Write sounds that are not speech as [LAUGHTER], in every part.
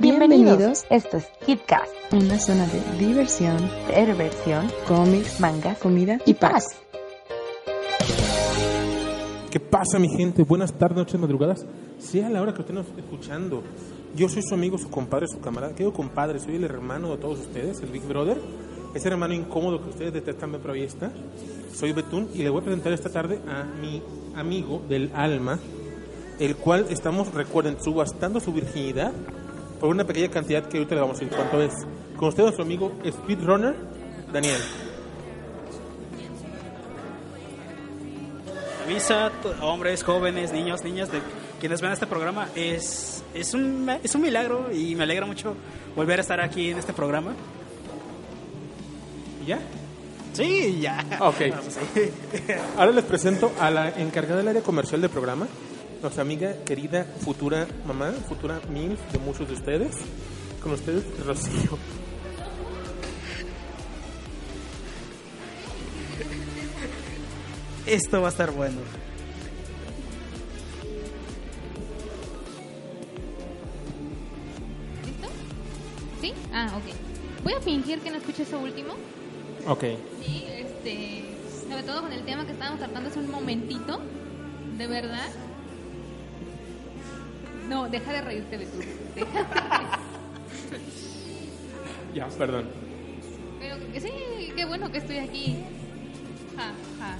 Bienvenidos. Esto es KidCast, Una zona de diversión, perversión, cómics, manga comida y paz. ¿Qué pasa, mi gente? Buenas tardes, noches, madrugadas. Sea la hora que usted nos esté escuchando. Yo soy su amigo, su compadre, su camarada. ¿Qué digo compadre? Soy el hermano de todos ustedes, el Big Brother. Ese hermano incómodo que ustedes detestan, pero ahí está. Soy Betún y le voy a presentar esta tarde a mi amigo del alma, el cual estamos, recuerden, subastando su virginidad por una pequeña cantidad que ahorita le vamos a decir cuánto es. Con ustedes, su amigo Speedrunner, Daniel. Avisa, to- hombres, jóvenes, niños, niñas, de quienes ven este programa, es, es, un, ma- es un milagro y me alegra mucho volver a estar aquí en este programa. ¿Y ya? Sí, ya. Ah, Ok. No, pues sí. Ahora les presento a la encargada del área comercial del programa, nuestra amiga querida futura mamá, futura mil de muchos de ustedes. Con ustedes, Rocío. Esto va a estar bueno. ¿Listo? ¿Sí? Ah, ok. Voy a fingir que no escuché eso último. Ok. Sí, este. Sobre todo con el tema que estábamos tratando hace un momentito. De verdad. No, deja de reírte, Betú. Deja de [LAUGHS] Ya, perdón. Pero que sí, qué bueno que estoy aquí. Ja, ja,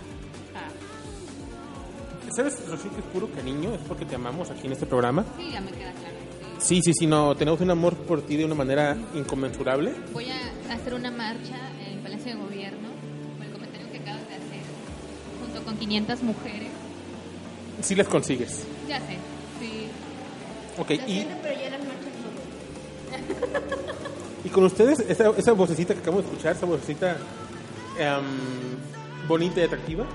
ja. ¿Sabes, Rocío, que es puro cariño? Es porque te amamos aquí en este programa. Sí, ya me queda claro. sí. Sí, sí, sí, no. Tenemos un amor por ti de una manera inconmensurable. Voy a hacer una marcha en el Palacio de Gobierno con el comentario que acabas de hacer, junto con 500 mujeres. Si las consigues. Ya sé, sí. Ok, y. [LAUGHS] Y con ustedes, esa, esa vocecita que acabamos de escuchar, esa vocecita em, bonita y atractiva,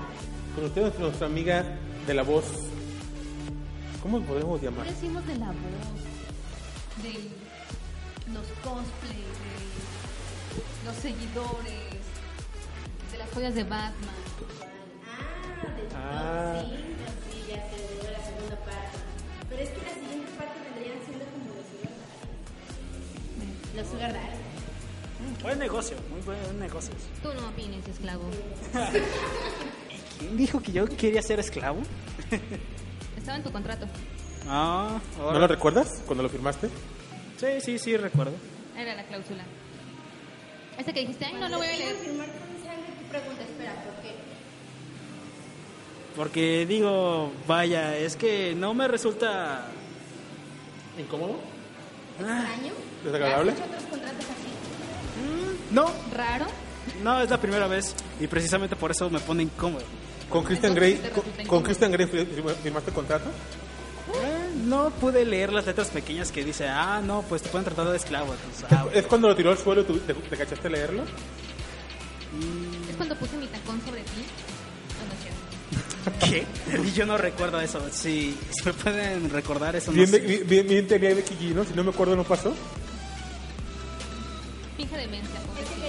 con ustedes nuestra amiga de la voz, ¿cómo podemos ¿Cómo llamar? decimos de la voz? De los cosplays, de los seguidores, de las joyas de Batman. Ah, Los sugar Mm, Buen negocio, muy buen negocio. Tú no opines, esclavo. ¿Quién dijo que yo quería ser esclavo? Estaba en tu contrato. Ah, ¿No ahora. lo recuerdas cuando lo firmaste? Sí, sí, sí, recuerdo. Era la cláusula. Esa que dijiste, ay, no lo voy a leer. Porque digo, vaya, es que no me resulta. ¿Incómodo? Ah, ¿Desagradable? No, Raro. no, es la primera vez y precisamente por eso me pone incómodo. ¿Con Christian Grey, Entonces, ¿te con, resulta con incómodo? Christian Grey fir- firmaste contrato? Eh, No pude leer las letras pequeñas que dice, ah, no, pues te pueden tratar de esclavo. entonces, ah, [LAUGHS] bueno. ¿Es cuando lo tiró al suelo y tú- te, te cachaste a leerlo? Es cuando puse mi tacón sobre ti. No, no, chévere. [LAUGHS] ¿Qué? Yo no recuerdo eso. Si, si me pueden recordar eso, no Bien, de- sé. bien, bien, bien tenía de Kiki, ¿no? Si no me acuerdo, no pasó. Finge demencia. pobrecito.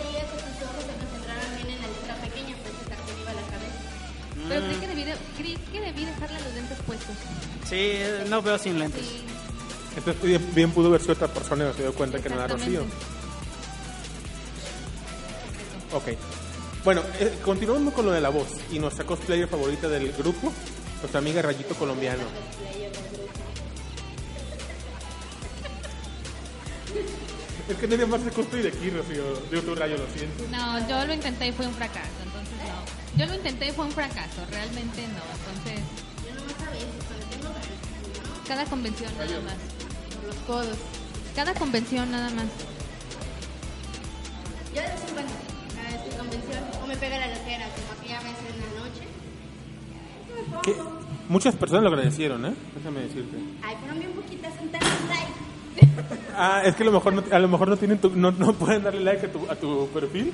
Pero creí que, debí de- creí que debí dejarle los lentes puestos. Sí, eh, no veo sin lentes. Sí. Entonces bien, bien pudo verse otra persona y no se dio cuenta que no era Rocío. Exactamente. Ok. Bueno, eh, continuamos con lo de la voz y nuestra cosplayer favorita del grupo, nuestra amiga Rayito [LAUGHS] Colombiano. Es que tenía más de cosplay de aquí, Rocío. De otro rayo, lo siento. No, yo lo intenté y fue un fracaso, entonces no. Yo lo intenté y fue un fracaso, realmente no, entonces... Cada convención nada más. Los codos. Cada convención nada más. Yo de vez en cuando a su convención o me pega la lojera, como aquella vez en la noche. Que Muchas personas lo agradecieron, ¿eh? Déjame decirte. Ay, fueron bien poquitas en tanto like. [LAUGHS] Ah, es que a lo mejor no, a lo mejor no tienen tu- no, no pueden darle like a tu, a tu perfil.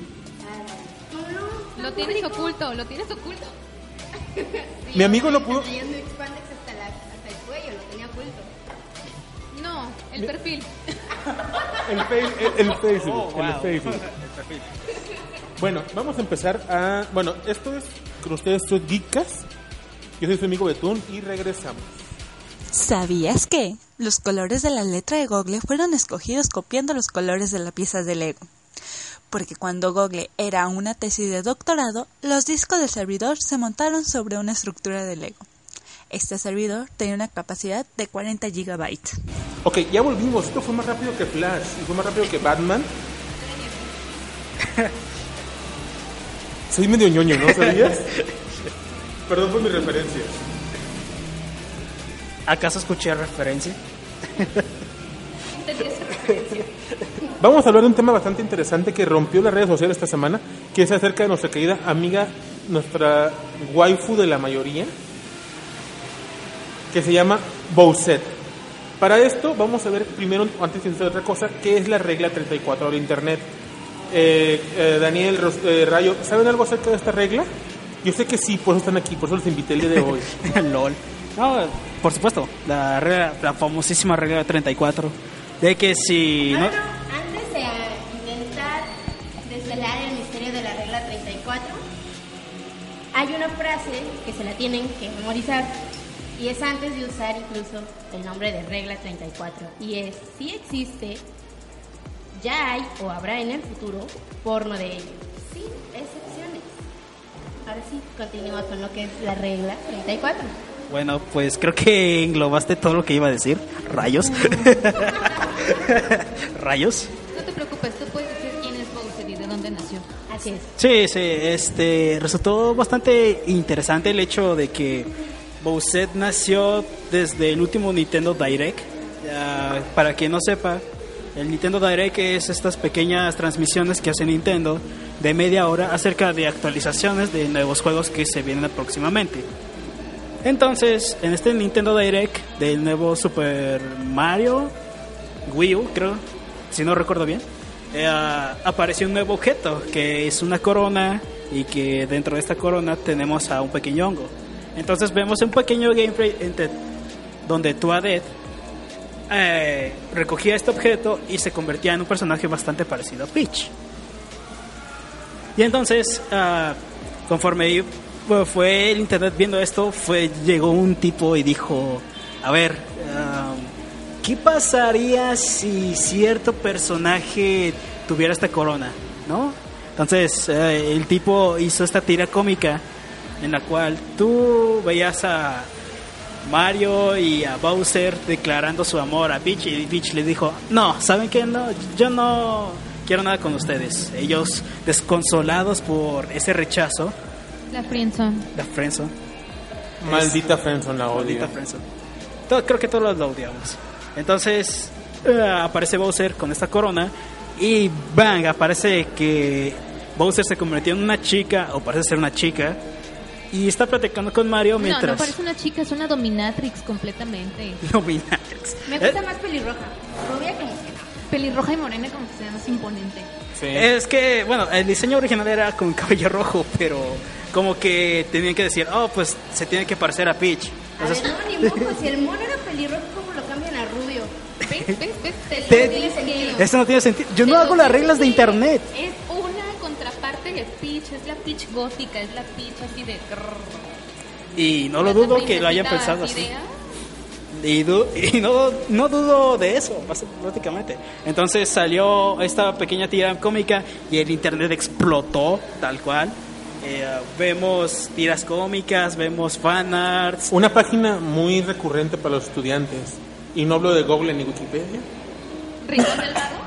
Lo tienes oculto, lo tienes oculto. Mi amigo no pudo. Yo no expandex hasta, la, hasta el cuello, lo tenía oculto. No, el [LAUGHS] perfil. El, Face- el, el Facebook, Oh, wow. el Facebook. Bueno, vamos a empezar a. Bueno, esto es con ustedes, soy Geekas. Yo soy su amigo Betún y regresamos. ¿Sabías que los colores de la letra de Google fueron escogidos copiando los colores de las piezas de Lego? Porque cuando Google era una tesis de doctorado, los discos del servidor se montaron sobre una estructura de Lego. Este servidor tenía una capacidad de 40 GB. Ok, ya volvimos. Esto fue más rápido que Flash y fue más rápido que Batman. Soy medio ñoño, ¿no sabías? Perdón por mi referencia. [LAUGHS] ¿Acaso escuché referencia? [LAUGHS] Tenías- Vamos a hablar de un tema bastante interesante que rompió las redes sociales esta semana, que es acerca de nuestra querida amiga, nuestra waifu de la mayoría, que se llama Bowset. Para esto vamos a ver primero, antes que hacer otra cosa, qué es la regla 34 de Internet. Eh, eh, Daniel, Ros- eh, Rayo, ¿saben algo acerca de esta regla? Yo sé que sí, por eso están aquí, por eso los invité el [LAUGHS] día de hoy. LOL. No, por supuesto, la, regla- la famosísima regla 34. De que si No, no, no, antes de ah, intentar desvelar el misterio de la regla 34, hay una frase que se la tienen que memorizar y es antes de usar incluso el nombre de regla 34 y es si existe, ya hay o habrá en el futuro porno de ello, sin excepciones. Ahora sí, continúa con lo que es la regla 34. Bueno, pues creo que englobaste todo lo que iba a decir. Rayos. [LAUGHS] Rayos. No te preocupes, tú puedes decir quién es Bowser y de dónde nació. Así es. Sí, sí, este resultó bastante interesante el hecho de que Bowset nació desde el último Nintendo Direct. Ah, para quien no sepa, el Nintendo Direct es estas pequeñas transmisiones que hace Nintendo de media hora acerca de actualizaciones de nuevos juegos que se vienen próximamente. Entonces, en este Nintendo Direct del nuevo Super Mario Wii U, creo, si no recuerdo bien, eh, ah, apareció un nuevo objeto que es una corona y que dentro de esta corona tenemos a un pequeño hongo. Entonces vemos un pequeño gameplay entre- donde tu Adet eh, recogía este objeto y se convertía en un personaje bastante parecido a Peach. Y entonces, ah, conforme bueno, fue el internet viendo esto, fue llegó un tipo y dijo, a ver, ah, ¿qué pasaría si cierto personaje tuviera esta corona, no? Entonces, eh, el tipo hizo esta tira cómica en la cual tú veías a Mario y a Bowser declarando su amor a Peach y Peach le dijo, no, ¿saben qué? No, yo no quiero nada con ustedes. Ellos desconsolados por ese rechazo, La Friendson. la friendzone, Maldita Fenson la odio. maldita friendzone. To- creo que todos lo odiamos. Entonces eh, aparece Bowser con esta corona y bang, aparece que Bowser se convirtió en una chica o parece ser una chica y está platicando con Mario No, no mientras... [LAUGHS] parece una chica, es una dominatrix completamente. Dominatrix. Me Eh, gusta más pelirroja, rubia como que no. Pelirroja y morena como que se ve más imponente. Sí. Es que, bueno, el diseño original era con cabello rojo, pero como que tenían que decir, oh, pues se tiene que parecer a Peach. A Entonces, ver, no, ni moco, si el mono era pelirrojo, ¿cómo lo cambian a rubio? ¿Ves? ¿Ves? ¿Ves? Te lo Te- digo que- esto no tiene sentido. Yo te no lo hago las digo reglas de que internet. Es una contraparte de Peach, es la Peach gótica, es la Peach así de... Y no lo dudo que lo hayan pensado así. Y, du- [LAUGHS] y no, no dudo de eso, bas- prácticamente. Entonces salió esta pequeña tira cómica y el internet explotó, tal cual. Eh, vemos tiras cómicas, vemos fanarts, Una página muy recurrente para los estudiantes. Y no hablo de Google ni Wikipedia. ¿Rincón del vago?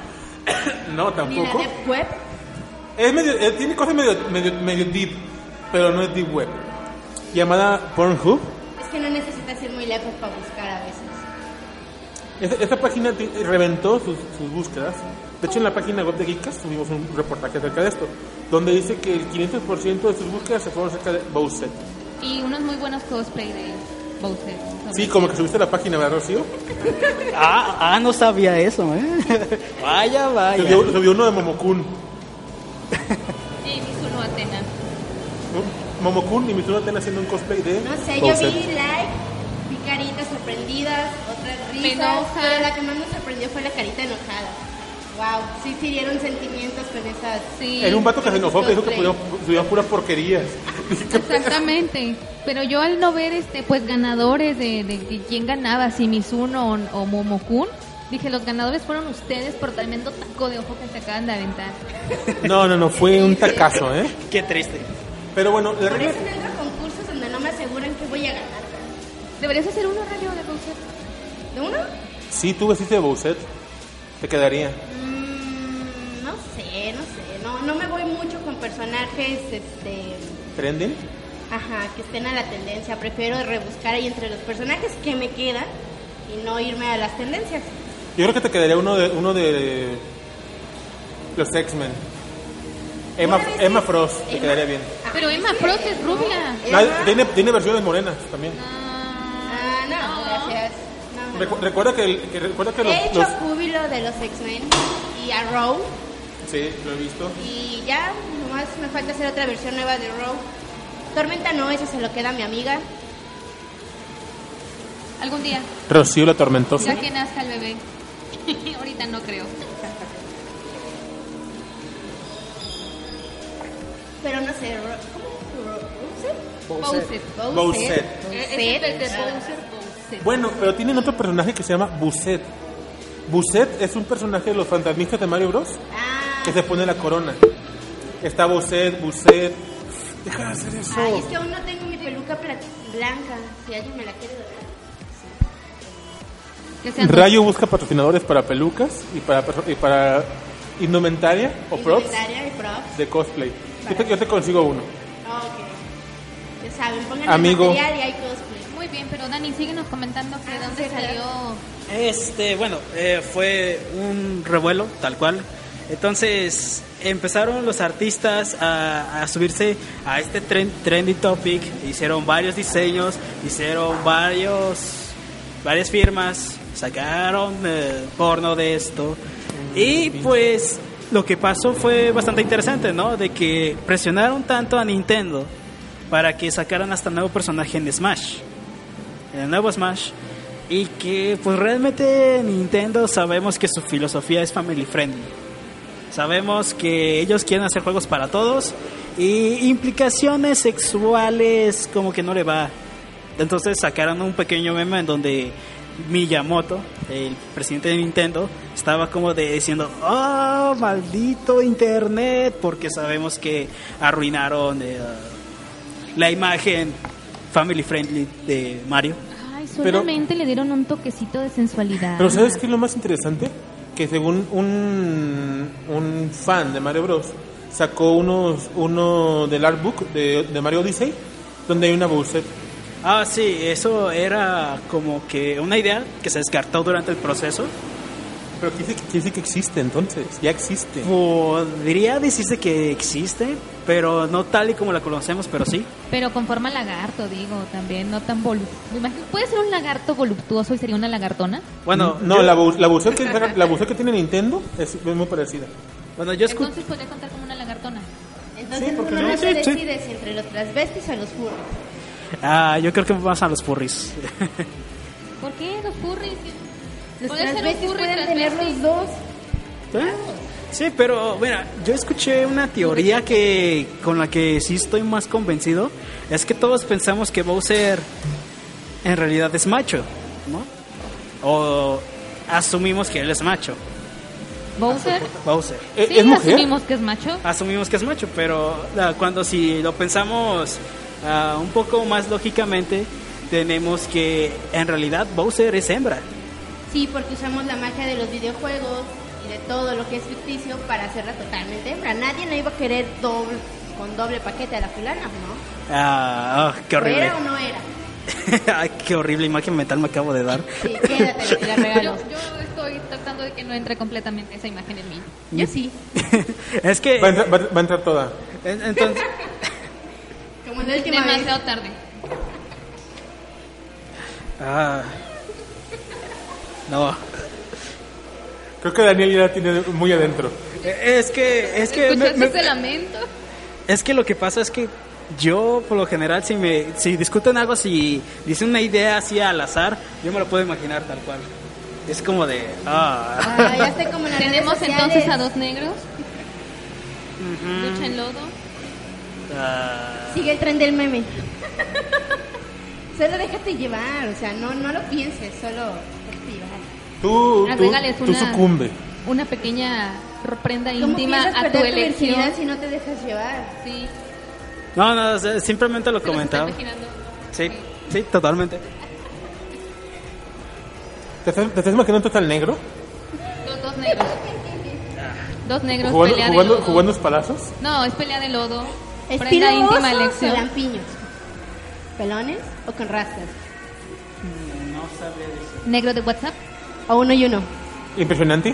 No, Ni la tampoco. de web. Es medio, eh, tiene cosas medio, medio, medio deep, pero no es deep web. Llamada Pornhub. Es que no necesitas ir muy lejos para buscar a veces. Esta, esta página ti- reventó sus, sus búsquedas. De hecho, en la página web de Geekcast tuvimos un reportaje acerca de esto, donde dice que el 500% de sus búsquedas se fueron acerca de Bowset. Y unos muy buenos cosplay de Bowser. Sí, como que subiste a la página, ¿verdad, Rocío? Ah, ah, no sabía eso, ¿eh? [LAUGHS] Vaya, Ah, Lo vaya. vio, lo vio uno de Momokun. Y Mizuno Atena. ¿no? Momokun y Mitsuno Atena haciendo un cosplay de No sé, yo Bowser. vi like, vi caritas sorprendidas, otras risas. enoja. Pero la que más me sorprendió fue la carita enojada. Wow, sí, sí dieron sentimientos con esas. Sí. Era un vato que se enojó que dijo que Cosplay. podía- subía puras porquerías. [LAUGHS] Exactamente. Pero yo al no ver este pues ganadores de, de- de quién ganaba, si Mizuno o, o Momokun, dije los ganadores fueron ustedes por tremendo taco de ojo que se acaban de aventar. No, no, no, fue un tacazo, ¿eh? Qué triste. Pero bueno, la regla- Parecen algo concursos donde no me aseguran que voy a ganar. Deberías hacer uno rayo de Bowser. ¿De uno? si tú vestiste de Bowser, te quedaría. Mm, no sé, no sé. No, no me voy mucho con personajes, este. ¿Trending? Ajá, que estén a la tendencia. Prefiero rebuscar ahí entre los personajes que me quedan y no irme a las tendencias. Yo creo que te quedaría uno de, uno de los X-Men. Emma, Una vez Emma que- Frost, te Emma- quedaría bien. Ajá, Pero Emma sí. Frost es rubia. Emma- Nadie- tiene, tiene versiones morenas también. Ah, no, gracias. No, no, Recu- no. recuerda que, el- que recuerda que los, He hecho los- júbilo de los X-Men y a Row Sí, lo he visto. y ya nomás me falta hacer otra versión nueva de Row. Tormenta no, eso se lo queda a mi amiga. Algún día, Rocío la tormentosa. ya que nazca el bebé. [LAUGHS] Ahorita no creo. Pero no sé, Ro- ¿cómo? Ro- ¿Russell? Bowser. Bowser. Eh, Bowser. Es el de Bowser, Bowser. Bueno, pero tienen otro personaje que se llama Buset. Buset es un personaje de los fantasmistas de Mario Bros. Ah, que se pone la corona. Está Buset, Buset. Deja de hacer eso. ay, es que aún no tengo mi peluca pla- blanca. Si alguien me la quiere dar. Que sean- Rayo busca patrocinadores para pelucas y para, perso- y para indumentaria o props Indumentaria y props. Oh, de cosplay. Yo te, yo te consigo uno. Ok. Ya saben, pongan Amigo. el material y hay cosplay. Muy bien, pero Dani, síguenos comentando que de Ah, dónde sí, salió. salió. Este, bueno, eh, fue un revuelo, tal cual. Entonces empezaron los artistas a, a subirse a este tren, trendy topic. Hicieron varios diseños, hicieron varios, varias firmas, sacaron eh, porno de esto. Y pues lo que pasó fue bastante interesante, ¿no? De que presionaron tanto a Nintendo para que sacaran hasta nuevo personaje en Smash en el nuevo Smash y que pues realmente Nintendo sabemos que su filosofía es family friendly. Sabemos que ellos quieren hacer juegos para todos y implicaciones sexuales como que no le va. Entonces sacaron un pequeño meme en donde Miyamoto, el presidente de Nintendo, estaba como de diciendo, "Ah, maldito internet", porque sabemos que arruinaron eh, la imagen family friendly de Mario. Ay, Pero- solamente le dieron un toquecito de sensualidad. Ah. Pero ¿sabes qué es lo más interesante? Que según un, un fan de Mario Bros. sacó unos, uno del artbook de, de Mario Odyssey donde hay una Buset. Ah, sí, eso era como que una idea que se descartó durante el proceso. Pero ¿qué dice, qué dice que existe entonces? Ya existe. Podría decirse que existe, pero no tal y como la conocemos, pero sí. Pero con forma lagarto, digo, también, no tan voluptuoso. ¿Puede ser un lagarto voluptuoso y sería una lagartona? Bueno, Mm, no, yo, la, bu- la, Buset que, [LAUGHS] saca- la Buset que tiene Nintendo es, es muy parecida. bueno, yo escu- Entonces podría contar como una lagartona. Entonces Sí, porque uno no, no, sí, se sí. decide si entre los transvestis o los furros. Ah, yo creo que más a los furries. [LAUGHS] ¿Por qué los furries? Los Puede ser un transvestis furry pueden tener transvesti. los dos. Ah, sí, pero mira, yo escuché una teoría que con la que sí estoy más convencido, es que todos pensamos que Bowser en realidad es macho, ¿no? O asumimos que él es macho, ¿Bowser? Bowser. Ah. ¿Es, Sí, ¿E-, es mujer? asumimos que es macho. asumimos que es macho, pero ah, cuando si lo pensamos ah, un poco más lógicamente, tenemos que en realidad Bowser es hembra. Sí, porque usamos la magia de los videojuegos y de todo lo que es ficticio para hacerla totalmente hembra. Nadie no iba a querer doble, con doble paquete a la fulana, ¿no? Ah, ah, qué ¿O horrible. era o no era? [LAUGHS] Ay, qué horrible imagen mental me acabo de dar. [LAUGHS] Sí, quédate, te la regalo. Yo, yo estoy tratando de que no entre completamente esa imagen en mí. Yo sí, es que Va a entrar, va- va a entrar toda. en- [LAUGHS] entonces como la última vez. Demasiado tarde. Ah. No. Creo que Daniel ya la tiene muy adentro. Eh, Es que, es que, me- ¿Escuchaste me- ese lamento? es que lo que pasa es que yo, por lo general, si me, si discuten algo, si dicen una idea así al azar, yo me lo puedo imaginar tal cual. Es como de, ah. Ah, ya sé como en las redes Tenemos entonces a sociales. dos negros. Lucha en lodo. ah, Sigue el tren del meme. solo déjate llevar, o sea, no, no lo pienses, solo déjate llevar. Tú, tú, Agrégales tú Ah, una- sucumbe. Una pequeña prenda ¿Cómo íntima piensas a tu perder tu elección. virginidad si no te dejas llevar? Sí, No, no, o sea, simplemente lo se los está comentaba. imaginando. Sí, sí, totalmente. ¿Te estás, te estás imaginando total negro? Los dos negros. Dos negros ¿Jugando, pelea jugando, de lodo. jugando espalazos? No, es pelea de lodo. Prenda ¿Espinos íntima o elección. lampiños? ¿Pelones o con rastas? Negro de WhatsApp. O uno y uno. Impresionante.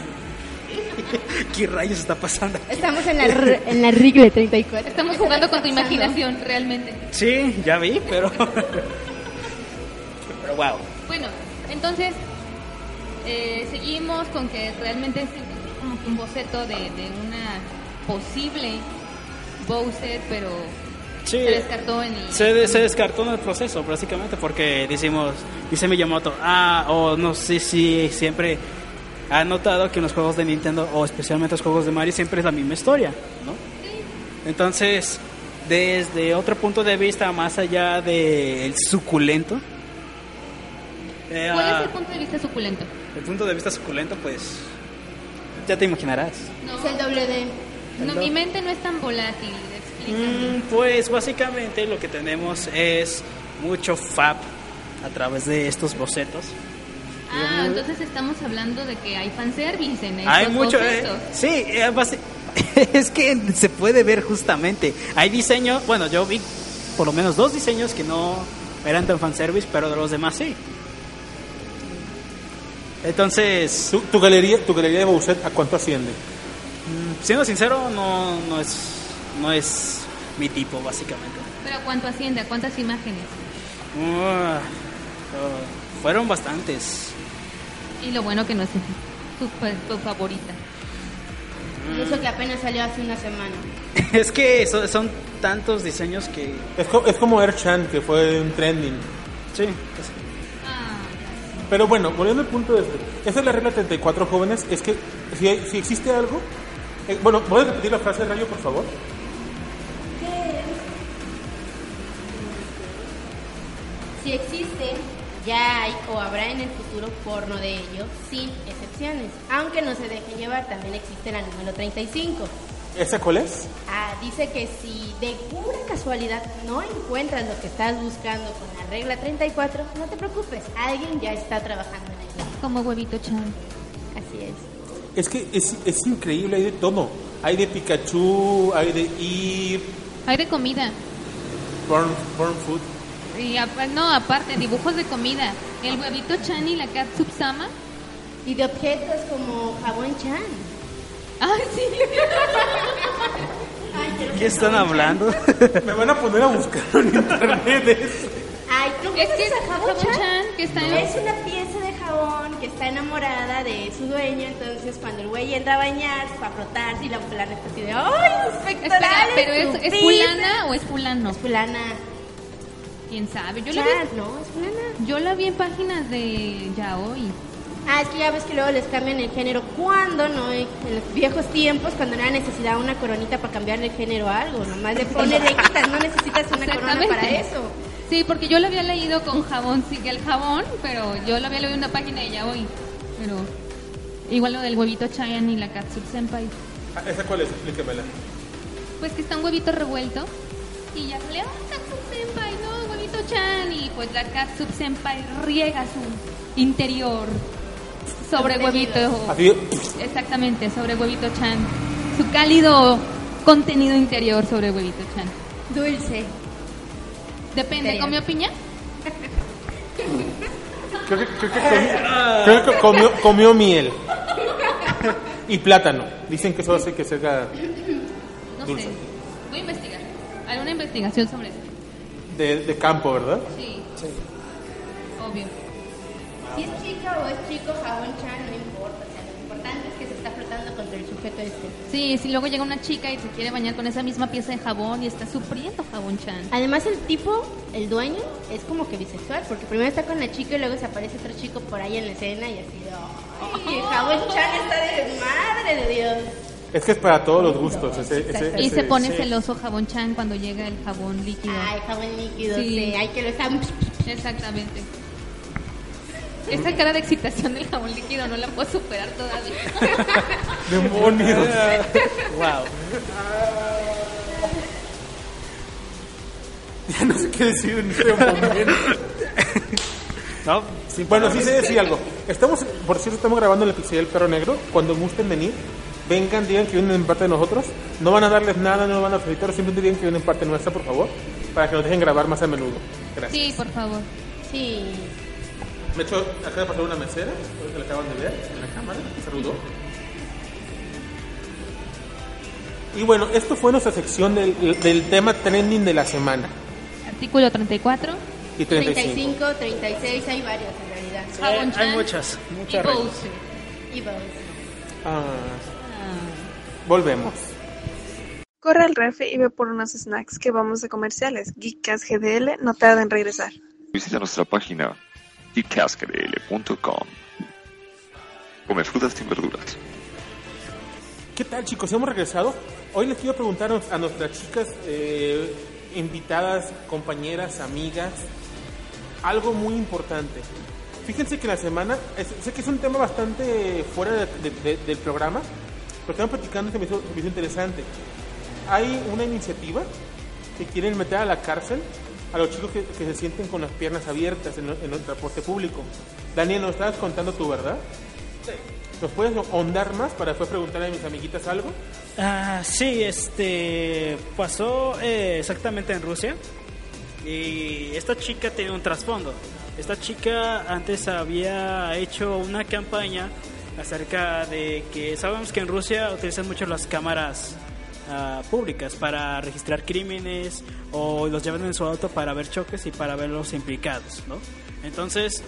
[LAUGHS] ¿Qué rayos está pasando? Estamos en la, r- en la Rigle 34. [LAUGHS] Estamos jugando con tu imaginación, realmente. Sí, ya vi, pero. [LAUGHS] pero wow. Bueno, entonces eh, seguimos con que realmente es como que un boceto de, de una posible Bowser, pero Sí. se descartó en el... Se, de- se descartó en el proceso, básicamente, porque decimos, dice Miyamoto, ah, o no sé si siempre ha notado que en los juegos de Nintendo, o especialmente los juegos de Mario, siempre es la misma historia, ¿no? Entonces, desde otro punto de vista, más allá del suculento, eh, ¿Cuál es ah, el punto de vista suculento? el punto de vista suculento, pues, ya te imaginarás. Es el doble D. No, mi mente no es tan volátil, explícame. Mm, Pues básicamente lo que tenemos es mucho FAP a través de estos bocetos. Ah, entonces estamos hablando de que hay fanservice en estos Hay mucho. eh, bocetos. sí, eh, basi- [LAUGHS] es que se puede ver justamente. Hay diseño, bueno, yo vi por lo menos dos diseños que no eran tan fanservice, pero de los demás sí. Entonces, Tu, tu galería, tu galería de Bowset, ¿a cuánto asciende? siendo sincero, no, no, es, no es mi tipo, básicamente. Pero ¿cuánto asciende? ¿A ¿Cuántas imágenes? Ah, ah, fueron bastantes. [LAUGHS] Y lo bueno que no es tu, tu favorita. Y eso que apenas salió hace una semana. Es que so- son tantos diseños que. Es, co- es como Erchan, que fue un trending. Sí. Ah, Pero bueno, volviendo al punto de este. Esa es la regla 34, jóvenes. Es que si, hay- si existe algo... eh, bueno, ¿puedes repetir la frase, Rayo, por favor? Si existe, ya hay o habrá en el futuro porno de ello, sin excepciones. Aunque no se dejen llevar, también existe la número 35. ¿Esa cuál es? Ah, dice que si de pura casualidad no encuentras lo que estás buscando con la regla 34, no te preocupes, alguien ya está trabajando en ello. como huevito chan. Así es. Es que es, es increíble, hay de todo. Hay de Pikachu, hay de Eve, Hay de comida. Burn, burn Food. Y apa- no, aparte, dibujos de comida. El huevito chan y la cat subsama. Y de objetos como jabón chan. [LAUGHS] Ah, sí. ¿Qué están hablando? Me van a poner a buscar en internet. Ay, ¿no Es que conoces a jabón chan? que está en... Es una pieza de jabón que está enamorada de su dueño, entonces cuando el güey entra a bañarse, para frotarse y la fulana está así de ¡Ay, sus pectorales! Espera, pero es, sus ¿es pis". fulana o es fulano? Es fulana. ¿Quién sabe? Yo, la Chan, vi, no, es fulana. yo la vi en páginas de yaoi. Ah, es que ya ves que luego les cambian el género. ¿Cuándo? No, en los viejos tiempos, cuando no era necesidad una coronita para cambiarle el género a algo. Nomás le [LAUGHS] pones, le quitas, no necesitas una corona para eso. Sí, porque yo lo había leído con jabón, sí que el jabón, pero yo lo había leído en una página de yaoi. Pero igual lo del huevito chayan y la katsup senpai. Ah, ¿Esa cuál es? Explícamela. Pues que está un huevito revuelto y ya le oh, katsup senpai, no, huevito chan y pues la katsup senpai riega su interior sobre huevito. Así, Exactamente, sobre huevito chan. Su cálido contenido interior sobre huevito chan. Dulce. Depende, Interior. ¿comió piña? creo que, creo que comió, creo que comió- comió miel. Y plátano. Dicen que eso hace que salga No Dulce. sé. Voy a investigar. Haré una investigación sobre eso. de, de campo, ¿verdad? Sí. Obvio. Si es chica o es chico, jabón chan, no importa. O sea, lo importante es que se está flotando contra el sujeto este. Sí, si luego llega una chica y se quiere bañar con esa misma pieza de jabón y está sufriendo jabón chan. Además, el tipo, el dueño, es como que bisexual, porque primero está con la chica y luego se aparece otro chico por ahí en la escena y así de. ¡Ay, el jabón chan está de madre de Dios! Es que es para todos los gustos. ese- ese- Y ese- se pone sí. celoso jabón chan cuando llega el jabón líquido. Ay, jabón líquido, Sí. sí. Ay, que lo están. Exactamente. Esa cara de excitación del jabón líquido no la puedo superar todavía. ¡Demonios! [LAUGHS] Wow. [LAUGHS] ya no sé qué decir en este momento. No, Bueno, sí sé decir algo. Estamos, por cierto, estamos grabando el episodio del perro negro. Cuando gusten venir, vengan, digan que vienen en parte de nosotros. No van a darles nada, no van a felicitar, simplemente digan que vienen en parte nuestra, por favor, para que nos dejen grabar más a menudo. Gracias. Sí, por favor. Sí. De hecho, acaba de pasar una mesera, pues, que la acaban de ver en la cámara, saludó. Y bueno, esto fue nuestra sección del, del tema trending de la semana. Artículo 34. Y 35. 35, 36, hay varios en realidad. Jabón chan. hay muchas, Y muchas reglas. Bose. Y vamos. Ah. Volvemos. Corre al refe y ve por unos snacks que vamos a comerciales. Geekcast GDL no tarda en regresar. Visita nuestra página geekcastgdl.com. Come frutas y verduras. ¿Qué tal chicos? Hemos regresado. Hoy les quiero preguntar a nuestras chicas eh, invitadas, compañeras, amigas, algo muy importante. Fíjense que la semana, es- sé que es un tema bastante fuera de- de- de- del programa, pero estamos platicando que me hizo, me hizo interesante. Hay una iniciativa que quieren meter a la cárcel a los chicos que, que se sienten con las piernas abiertas en, el- en el transporte público. Daniel, nos estabas contando tú, ¿verdad? ¿Nos puedes ahondar más para después preguntarle a mis amiguitas algo? Ah, sí, este pasó eh, exactamente en Rusia y esta chica tiene un trasfondo. Esta chica antes había hecho una campaña acerca de que sabemos que en Rusia utilizan mucho las cámaras ah, públicas para registrar crímenes o los llevan en su auto para ver choques y para ver los implicados, ¿no? Entonces,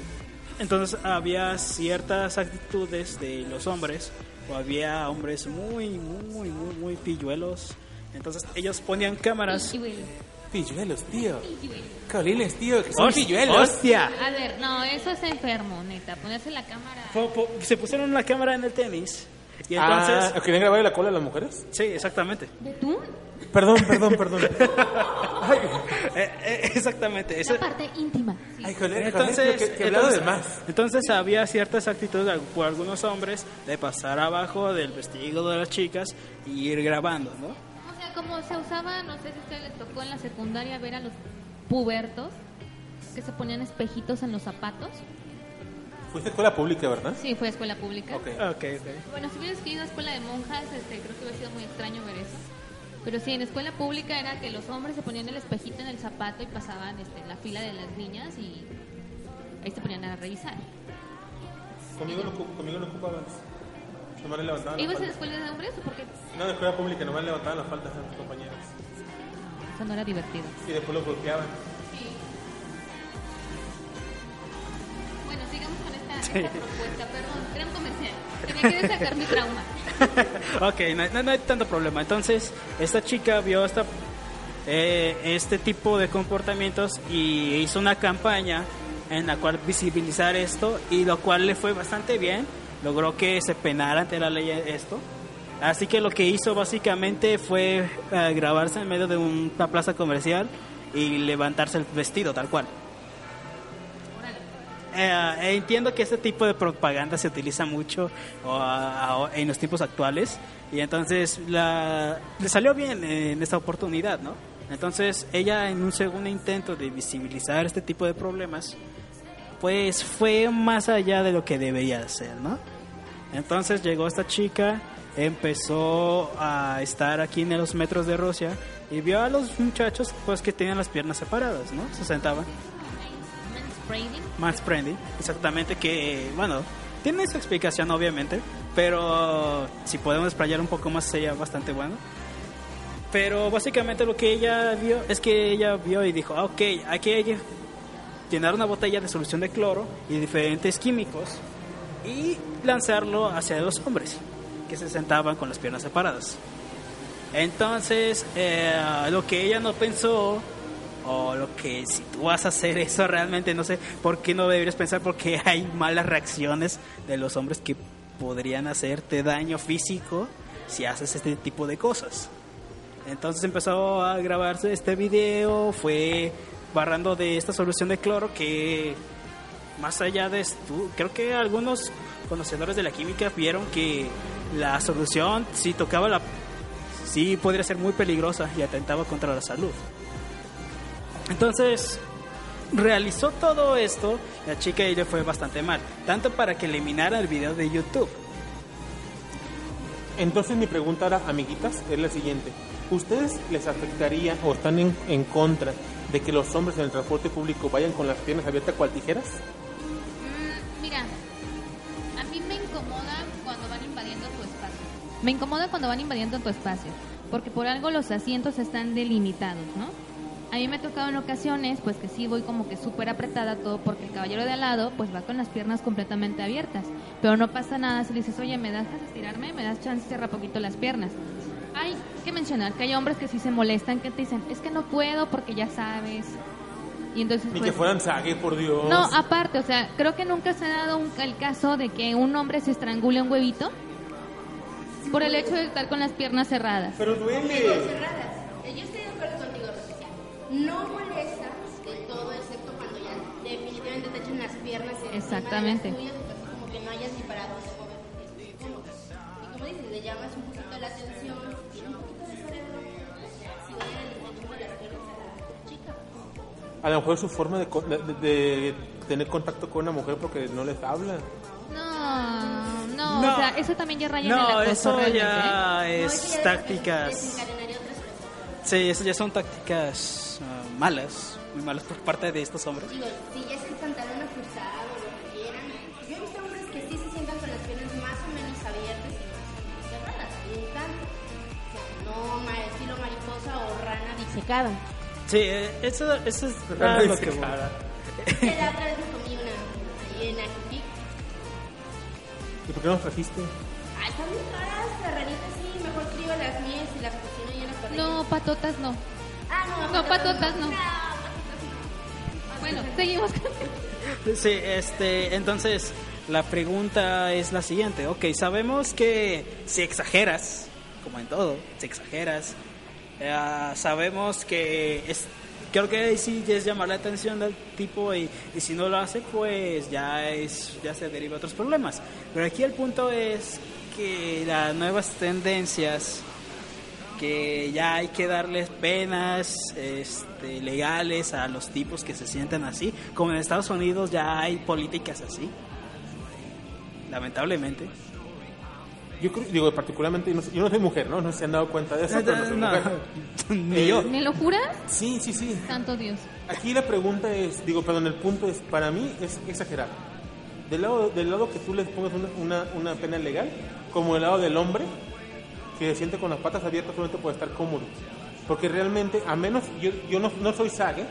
entonces había ciertas actitudes de los hombres, o había hombres muy, muy, muy, muy pilluelos. Entonces ellos ponían cámaras. Y Willy. Pilluelos, tío. Carolines, tío, que Hos- ¡Hostia! A ver, no, eso es enfermo, neta. Ponerse la cámara. Po- po- Se pusieron la cámara en el tenis. Y Ah, entonces. ¿Querían grabar la cola a las mujeres? [LAUGHS] Sí, exactamente. ¿De tú? Perdón, perdón, [LAUGHS] perdón. Eh, eh, exactamente. Eso- La parte íntima. Sí. Ay, joder, Entonces, entonces, ¿eh? que, que he hablado entonces, de más. entonces había ciertas actitudes de- por algunos hombres de pasar abajo del vestido de las chicas y ir grabando, ¿no? O sea, como se usaba, no sé si a ustedes les tocó en la secundaria ver a los pubertos que se ponían espejitos en los zapatos. Fuiste a escuela pública, ¿verdad? Ah. Sí, fue a escuela pública. Ok. Ok, ok. Bueno, si hubieras ido a escuela de monjas, este, creo que hubiera sido muy extraño ver eso. Pero sí, en escuela pública era que los hombres se ponían el espejito en el zapato y pasaban este, en la fila de las niñas y ahí se ponían a revisar. Conmigo no, ocu- conmigo no ocupabas. Nomás le levantaban las ¿Ibas a la faldas. escuela de hombres o porque No, de escuela pública, nomás levantaban las faltas a sus compañeros. eso no era divertido? Y después los golpeaban. Bueno, sigamos con esta, esta propuesta, perdón, gran comercial. Que me quiere sacar mi trauma. [LAUGHS] Ok, no, no- no hay tanto problema. Entonces, esta chica vio esta, eh, este tipo de comportamientos y hizo una campaña en la cual visibilizar esto y lo cual le fue bastante bien. Logró que se penara ante la ley esto. Así que lo que hizo básicamente fue eh, grabarse en medio de un- una plaza comercial y levantarse el vestido tal cual. Eh, entiendo que este tipo de propaganda se utiliza mucho o, a- a- en los tiempos actuales y entonces la, le salió bien en esta oportunidad, ¿no? Entonces ella en un segundo intento de visibilizar este tipo de problemas, pues fue más allá de lo que debería hacer, ¿no? Entonces llegó esta chica, empezó a estar aquí en los metros de Rusia y vio a los muchachos pues que tenían las piernas separadas, ¿no? Se sentaban Mansplaining. más Brandy, exactamente que, bueno, tiene su explicación obviamente, pero si podemos explayar un poco más sería bastante bueno. Pero básicamente lo que ella vio es que ella vio y dijo, ah, ok, aquí hay llenar una botella de solución de cloro y diferentes químicos y lanzarlo hacia los hombres que se sentaban con las piernas separadas. Entonces, eh, lo que ella no pensó, o lo que si tú vas a hacer eso [LAUGHS] realmente, no sé por qué no deberías pensar, porque [LAUGHS] hay malas reacciones de los hombres que podrían hacerte daño físico si haces este tipo de cosas. Entonces empezó a grabarse este video, fue barrando de esta solución de cloro que más allá de esto, creo que algunos conocedores de la química vieron que la solución si tocaba la sí podría ser muy peligrosa y atentaba contra la salud. Entonces, realizó todo esto, la chica y le fue bastante mal, tanto para que eliminara el video de YouTube. Entonces mi pregunta ahora, amiguitas, es la siguiente. ¿Ustedes les afectaría o están en, en contra de que los hombres en el transporte público vayan con las piernas abiertas cual tijeras? Mm, Mira, a mí me incomoda cuando van invadiendo tu espacio. Me incomoda cuando van invadiendo tu espacio, porque por algo los asientos están delimitados, ¿no? A mí me ha tocado en ocasiones, pues que sí voy como que súper apretada todo, porque el caballero de al lado, pues va con las piernas completamente abiertas. Pero no pasa nada si le dices, oye, ¿me das chance de estirarme? ¿Me das chance de cerrar poquito las piernas? Hay que mencionar que hay hombres que sí se molestan, que te dicen, es que no puedo porque ya sabes. Y entonces, Ni pues, que fueran sague, por Dios. no, aparte, o sea, creo que nunca se ha dado un- el caso de que un hombre se estrangule un huevito por el hecho de estar con las piernas cerradas. Pero duele. cerradas. Eh, Yo estoy de acuerdo contigo, Rosita. No molesta del todo, excepto cuando ya definitivamente te echan las piernas encima de las Exactamente. tuyas, entonces como que no hayas ni para dónde moverte. es como- Y como dices, le llamas un poquito la atención, y un poquito de cerebro, si van a definir las piernas a la chica. A lo mejor su forma de, co- de- de- de tener contacto con una mujer porque no les habla. No, no, No. o sea, eso también ya raya en el No, acoso eso realmente, ¿eh? ya No, eso es ya tácticas. Desencadenaría otras cosas. Sí, eso ya son tácticas ah, malas, muy malas por parte de estos hombres. Digo, si ya es el pantalón ajustado, lo que quieran. Yo he visto hombres que sí se sientan con las piernas más o menos abiertas y más o menos cerradas, y un tanto. O sea, no ma- estilo mariposa o rana disecada. Sí, eh, eso, eso es Rana a lo que voy. disecada. Que la otra vez me comí una ahí en Ajijic. ¿Y por qué no los trajiste? Ay, están muy caras las ranitas, sí. Mejor crío las mías y las cocino y en las parrillas. ¿eh? No, patotas no. Ah, no, No, patotas no. Bueno, seguimos con... Sí, este, entonces la pregunta es la siguiente. Ok, sabemos que si exageras, como en todo, si exageras, eh, sabemos que es, creo que ahí sí ya es llamar la atención del tipo y, y si no lo hace, pues ya es, ya se deriva a otros problemas. Pero aquí el punto es que las nuevas tendencias que ya hay que darles penas este, legales a los tipos que se sientan así, como en Estados Unidos ya hay políticas así, lamentablemente. Yo creo, digo, particularmente, no sé- yo no soy mujer, ¿no? No se han dado cuenta de eso. pero no soy No, mujer. [LAUGHS] ni yo. ¿Me lo juras? Sí, sí, sí. Santo Dios. Aquí la pregunta es, digo, perdón, el punto es, para mí es exagerar. Del lado, del lado que tú les pongas una, una, una pena legal, como del lado del hombre, que se siente con las patas abiertas solamente puede estar cómodo. Porque realmente, a menos, yo, yo no, no soy sage,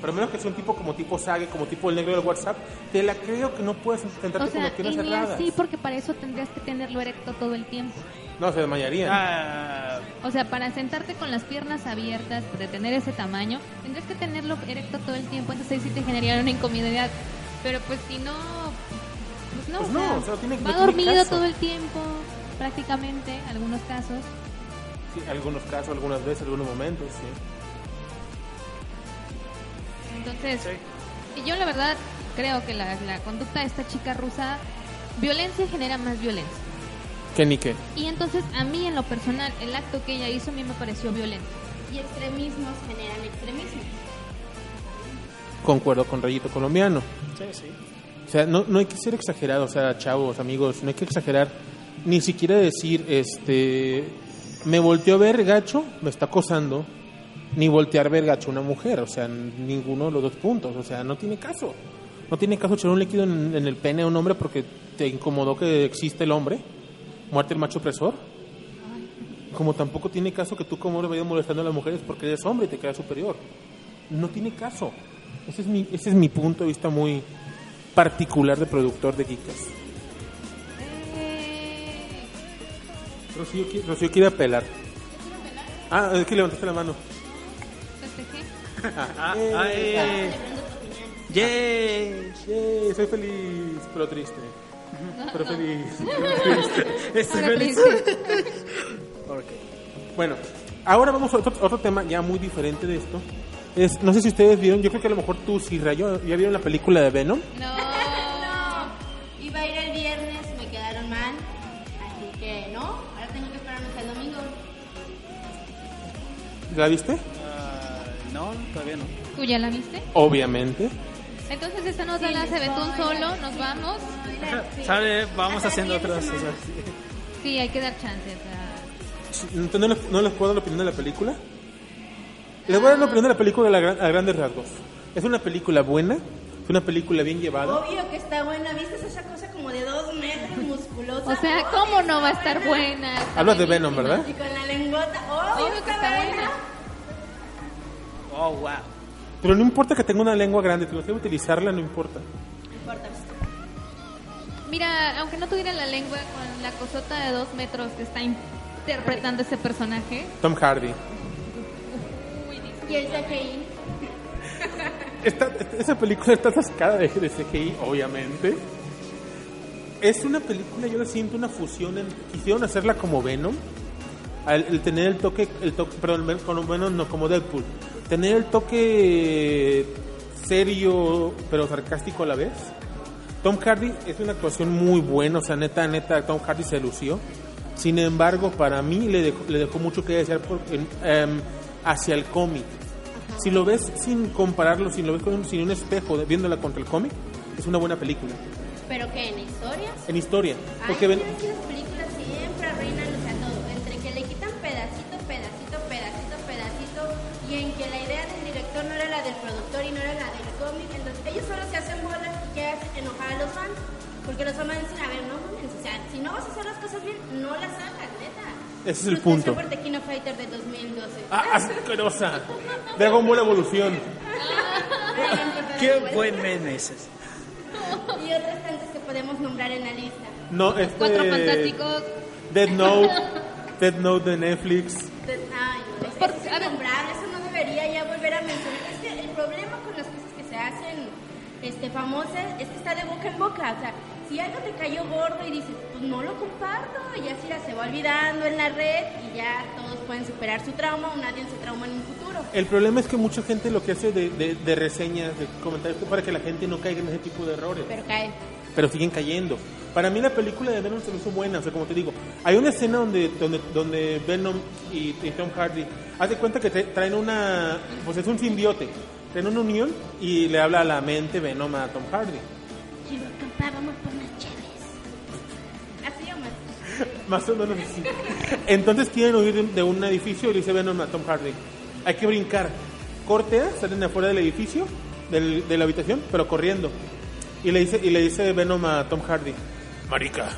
pero a menos que sea un tipo como tipo sage, como tipo el negro del WhatsApp, te la creo que no puedes sentarte O con sea, las y piernas ni cerradas. así, porque para eso tendrías que tenerlo erecto todo el tiempo. No, se desmayarían. Ah, O sea, para sentarte con las piernas abiertas, pues, de tener ese tamaño, tendrías que tenerlo erecto todo el tiempo, entonces ahí sí te generaría una incomodidad. Pero pues si no, pues no, Pues o no, sea, o sea, no tiene- no va tiene dormido caso. todo el tiempo, prácticamente, en algunos casos. Sí, algunos casos, algunas veces, algunos momentos, sí. Entonces, y yo la verdad creo que la, la conducta de esta chica rusa, violencia genera más violencia. ¿Qué ni qué? Y entonces a mí en lo personal, el acto que ella hizo a mí me pareció violento. Y extremismos generan extremismos. Concuerdo con Rayito Colombiano. sí, sí. O sea, no, no hay que ser exagerado, o sea, chavos, amigos, no hay que exagerar, ni siquiera decir, este, me volteó a ver gacho, me está acosando, ni voltear a ver gacho una mujer, o sea, ninguno de los dos puntos, o sea, no tiene caso. No tiene caso echar un líquido en, en el pene a un hombre porque te incomodó que existe el hombre, muerte el macho opresor. Como tampoco tiene caso que tú como hombre vayas molestando a las mujeres porque eres hombre y te creas superior. No tiene caso. Ese es mi, ese es mi punto de vista muy particular de productor de Geekas. Eh, Rocío, qui- Rocío quiere apelar. Ah, es que levantaste la mano. Festejé. Ay. Yay. Yay, soy feliz, pero triste. Pero feliz. Estoy Ahora feliz. triste. Bueno, ahora vamos a otro, otro tema ya muy diferente de esto. Es, no sé si ustedes vieron, yo creo que a lo mejor tú sí, Rayo, ya vieron la película de Venom. [LAUGHS] No. Iba a ir el viernes, me quedaron mal. Así que no, ahora tengo que esperarme hasta el domingo. ¿La viste? Ah, no, todavía no. ¿Tú ya la viste? Obviamente. Entonces esta nota la se vetó un solo, nos vamos. Sale, vamos Hasta haciendo el fin de otras semana. cosas. Sí, hay que dar chances. a- Entonces, ¿no les, no les puedo dar la opinión de la película? Les voy a dar la opinión de la película a, la gran- a grandes rasgos. Es una película buena, es una película bien llevada. Obvio que está buena, ¿viste esa cosa como de dos metros musculosa? O sea, ¿cómo no va a estar buena? Está Hablas de buenísima. Venom, ¿verdad? Y con la oh, lengota, obvio, Obvio que está buena. Oh, wow. Pero no importa que tenga una lengua grande, tengo que utilizarla, no importa. Mira, aunque no tuviera la lengua con la cosota de dos metros que está interpretando ese personaje. Tom Hardy. Y el CGI. Esta- esta- esa película está atascada de, de CGI, obviamente. Es una película, yo la siento una fusión. en- quisieron hacerla como Venom. Al, el tener el toque, el toque, perdón, Ven- como Venom, no, como Deadpool. Tener el toque serio, pero sarcástico a la vez. Tom Hardy es una actuación muy buena, o sea, neta, neta, Tom Hardy se lució. Sin embargo, para mí le dejó, le dejó mucho que desear por- en- em, hacia el cómic. Si lo ves sin compararlo, si lo ves con un, sin un espejo, de- viéndola contra el cómic, es una buena película. ¿Pero qué? ¿En historias? En historia. Porque Porque ven, que las películas siempre arruinan o sea, todo. Entre que le quitan pedacito, pedacito, pedacito, pedacito, y en que la idea del director no era la del productor y no era la del cómic, entonces ellos solo se hacen bolas y ya hacen enojar a los fans. Porque los fans dicen, a ver, no mames, o sea, si no vas a hacer las cosas bien, no las hagas, neta. Ese es el punto. Frustración por The King of Fighters de 2012. ¡Ah, [LAUGHS] asquerosa! Dragon Ball Evolución. Ah, [LAUGHS] Qué buen meme es ese. Y otras tantas que podemos nombrar en la lista. No, este... Cuatro fantásticos. Dead Note. Dead Note de Netflix. Entonces, ay, no, eso Por- es a ver. innombrable, eso no debería ya volver a mencionar. Es que el problema con las cosas que se hacen este, famosas es que está de boca en boca. O sea, si algo te cayó gordo y dices, pues no lo comparto, y así la se va olvidando en la red y ya todos pueden superar su trauma o nadie se trauma en un futuro. El problema es que mucha gente lo que hace de, de- de reseñas, de comentarios, es para que la gente no caiga en ese tipo de errores. Pero cae. pero siguen cayendo. Para mí la película de Venom se me hizo buena, o sea, como te digo, hay una escena donde donde, donde Venom y, y Tom Hardy haz de cuenta que tra- traen una, pues es un simbiote, traen una unión y le habla a la mente Venom a Tom Hardy. Y lo acampábamos por las cheves. Así o más. Más o menos así. Entonces quieren huir de, de un edificio y le dice Venom a Tom Hardy, hay que brincar. Cortea, salen afuera del edificio, del- de la habitación, pero corriendo. Y le dice, y le dice Venom a Tom Hardy, marica.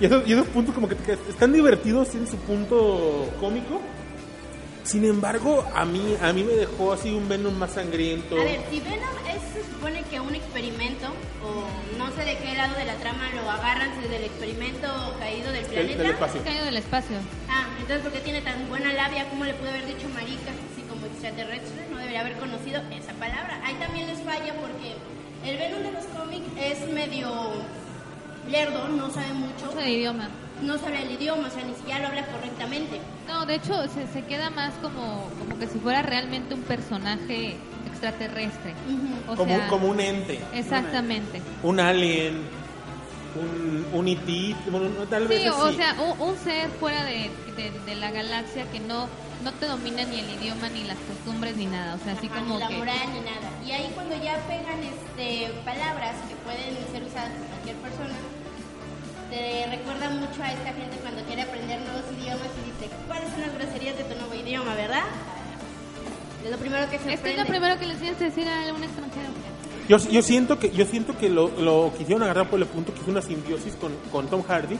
Y esos, y esos puntos como que, te quedas- están divertidos en su punto cómico. Sin embargo, a mí, a mí me dejó así un Venom más sangriento. A ver, si Venom es, se supone que un experimento, o no sé de qué lado de la trama lo agarran, si del experimento caído del del- planeta. del espacio. Caído del espacio. Ah, entonces porque tiene tan buena labia, ¿cómo le pudo haber dicho marica? Así como extraterrestre, no debería haber conocido esa palabra. Ahí también les falla porque el Venom de los cómics es medio lerdo, no sabe mucho, Uso de idioma. no sabe el idioma, o sea, ni siquiera lo habla correctamente. No, de hecho, se, se queda más como, como que si fuera realmente un personaje extraterrestre. Ujú. O como, sea, como un ente, Exactamente. un alien, un, un IT, bueno, tal vez Sí, o así. sea, un, un ser fuera de, de- de la galaxia que no, no te domina ni el idioma, ni las costumbres, ni nada. O sea, así Ajá, como ni la que... moral ni nada. Y ahí cuando ya pegan este palabras que pueden ser usadas por cualquier persona, te recuerda mucho a esta gente cuando quiere aprender nuevos idiomas y dice, ¿cuáles son las groserías de tu nuevo idioma, verdad? Es lo primero que se Esto este es lo primero que le tienes que decir a un extranjero. Yo, yo siento que, yo siento que lo, lo quisieron agarrar por el punto que hizo una simbiosis con, con Tom Hardy,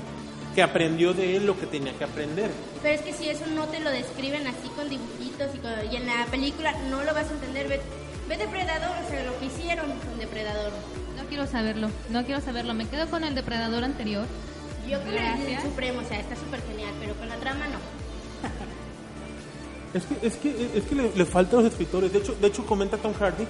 que aprendió de él lo que tenía que aprender. Pero es que si eso no te lo describen así con dibujitos y, con- y en la película no lo vas a entender, ve- Ve depredador, o sea, lo que hicieron con depredador. No quiero saberlo, no quiero saberlo. Me quedo con el depredador anterior. Yo con el Gracias. supremo, o sea, está súper genial, pero con la trama no. Es que, es que, es que le, le faltan los escritores. De hecho, de hecho, comenta Tom Hardy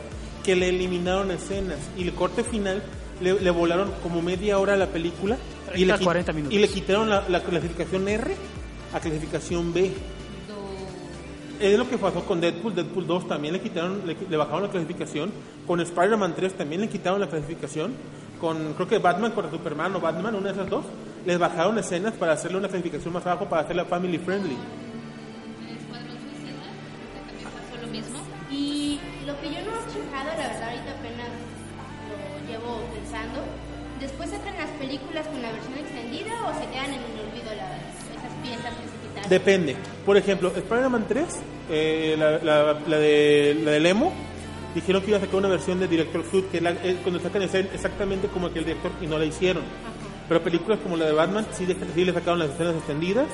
que le eliminaron escenas y el corte final le, le volaron como media hora a la película y le, 30, qui- 40 minutos. y le quitaron la, la clasificación R a clasificación B. Es lo que pasó con Deadpool, Deadpool 2 también le quitaron, le, le bajaron la clasificación, con Spider-Man 3 también le quitaron la clasificación, con creo que Batman contra Superman o Batman, una de esas dos, les bajaron escenas para hacerle una clasificación más abajo para hacerla family friendly. El Escuadrón Suicida, que también pasó lo mismo. Y lo que yo no he fijado, la verdad, ahorita apenas lo llevo pensando. Después sacan las películas con la versión extendida o se quedan en el olvido las, esas piezas que se quitaron. Depende. Por ejemplo, Spider-Man 3, eh, la, la- la de, la de Lemo, dijeron que iba a sacar una versión de Director Cut, que es la- es cuando sacan escena exactamente como que el director y no la hicieron. Pero películas como la de Batman sí, de- sí le sacaron las escenas extendidas,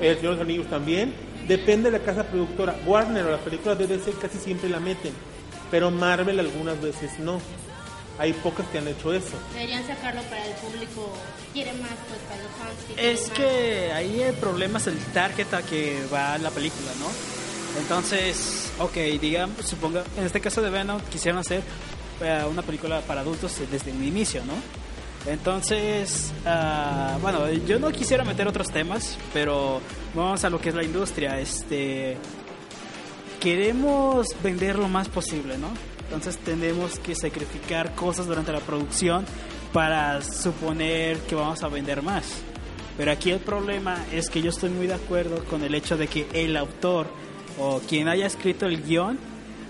El Señor de los Anillos también. Depende de la casa productora. Warner o las películas de DC casi siempre la meten, pero Marvel algunas veces no. Hay pocas que han hecho eso. Deberían sacarlo para el público que quiere más, pues para los fans. quieren Es más. que ahí el problema es el target a que va la película, ¿no? Entonces, ok, digamos, suponga, en este caso de Venom quisieron hacer eh, una película para adultos desde el inicio, ¿no? Entonces, ah, bueno, yo no quisiera meter otros temas, pero vamos a lo que es la industria. Este, queremos vender lo más posible, ¿no? Entonces tenemos que sacrificar cosas durante la producción para suponer que vamos a vender más. Pero aquí el problema es que yo estoy muy de acuerdo con el hecho de que el autor o quien haya escrito el guión,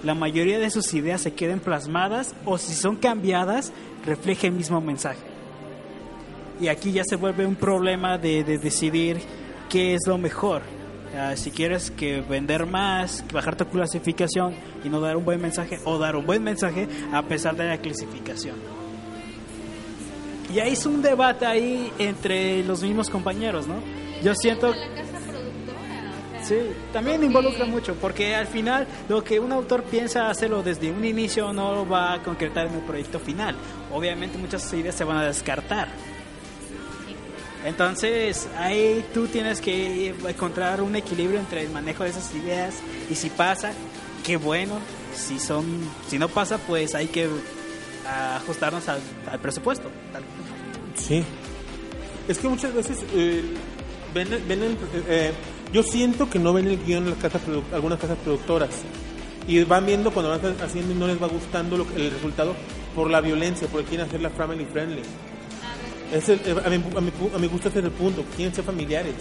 la mayoría de sus ideas se queden plasmadas o si son cambiadas, refleja el mismo mensaje. Y aquí ya se vuelve un problema de, de decidir qué es lo mejor. Ah, si quieres que vender más, bajar tu clasificación y no dar un buen mensaje, o dar un buen mensaje a pesar de la clasificación. Y ahí es un debate ahí entre los mismos compañeros, ¿no? Yo siento... La casa productora, o sea, Sí, también porque- involucra mucho, porque al final lo que un autor piensa hacerlo desde un inicio no lo va a concretar en el proyecto final. Obviamente muchas ideas se van a descartar. Entonces ahí tú tienes que encontrar un equilibrio entre el manejo de esas ideas y si pasa, qué bueno. Si son, si no pasa, pues hay que ah, ajustarnos al, al presupuesto. Tal- Sí. Es que muchas veces eh, ven, ven el- eh, yo siento que no ven el guión en las casas produ- algunas casas productoras y van viendo cuando van haciendo y no les va gustando lo que- el resultado por la violencia, porque quieren hacerla family friendly. Es el- eh, a, mi, a mi pu- a mi gusto ese es el punto, quieren ser familiares.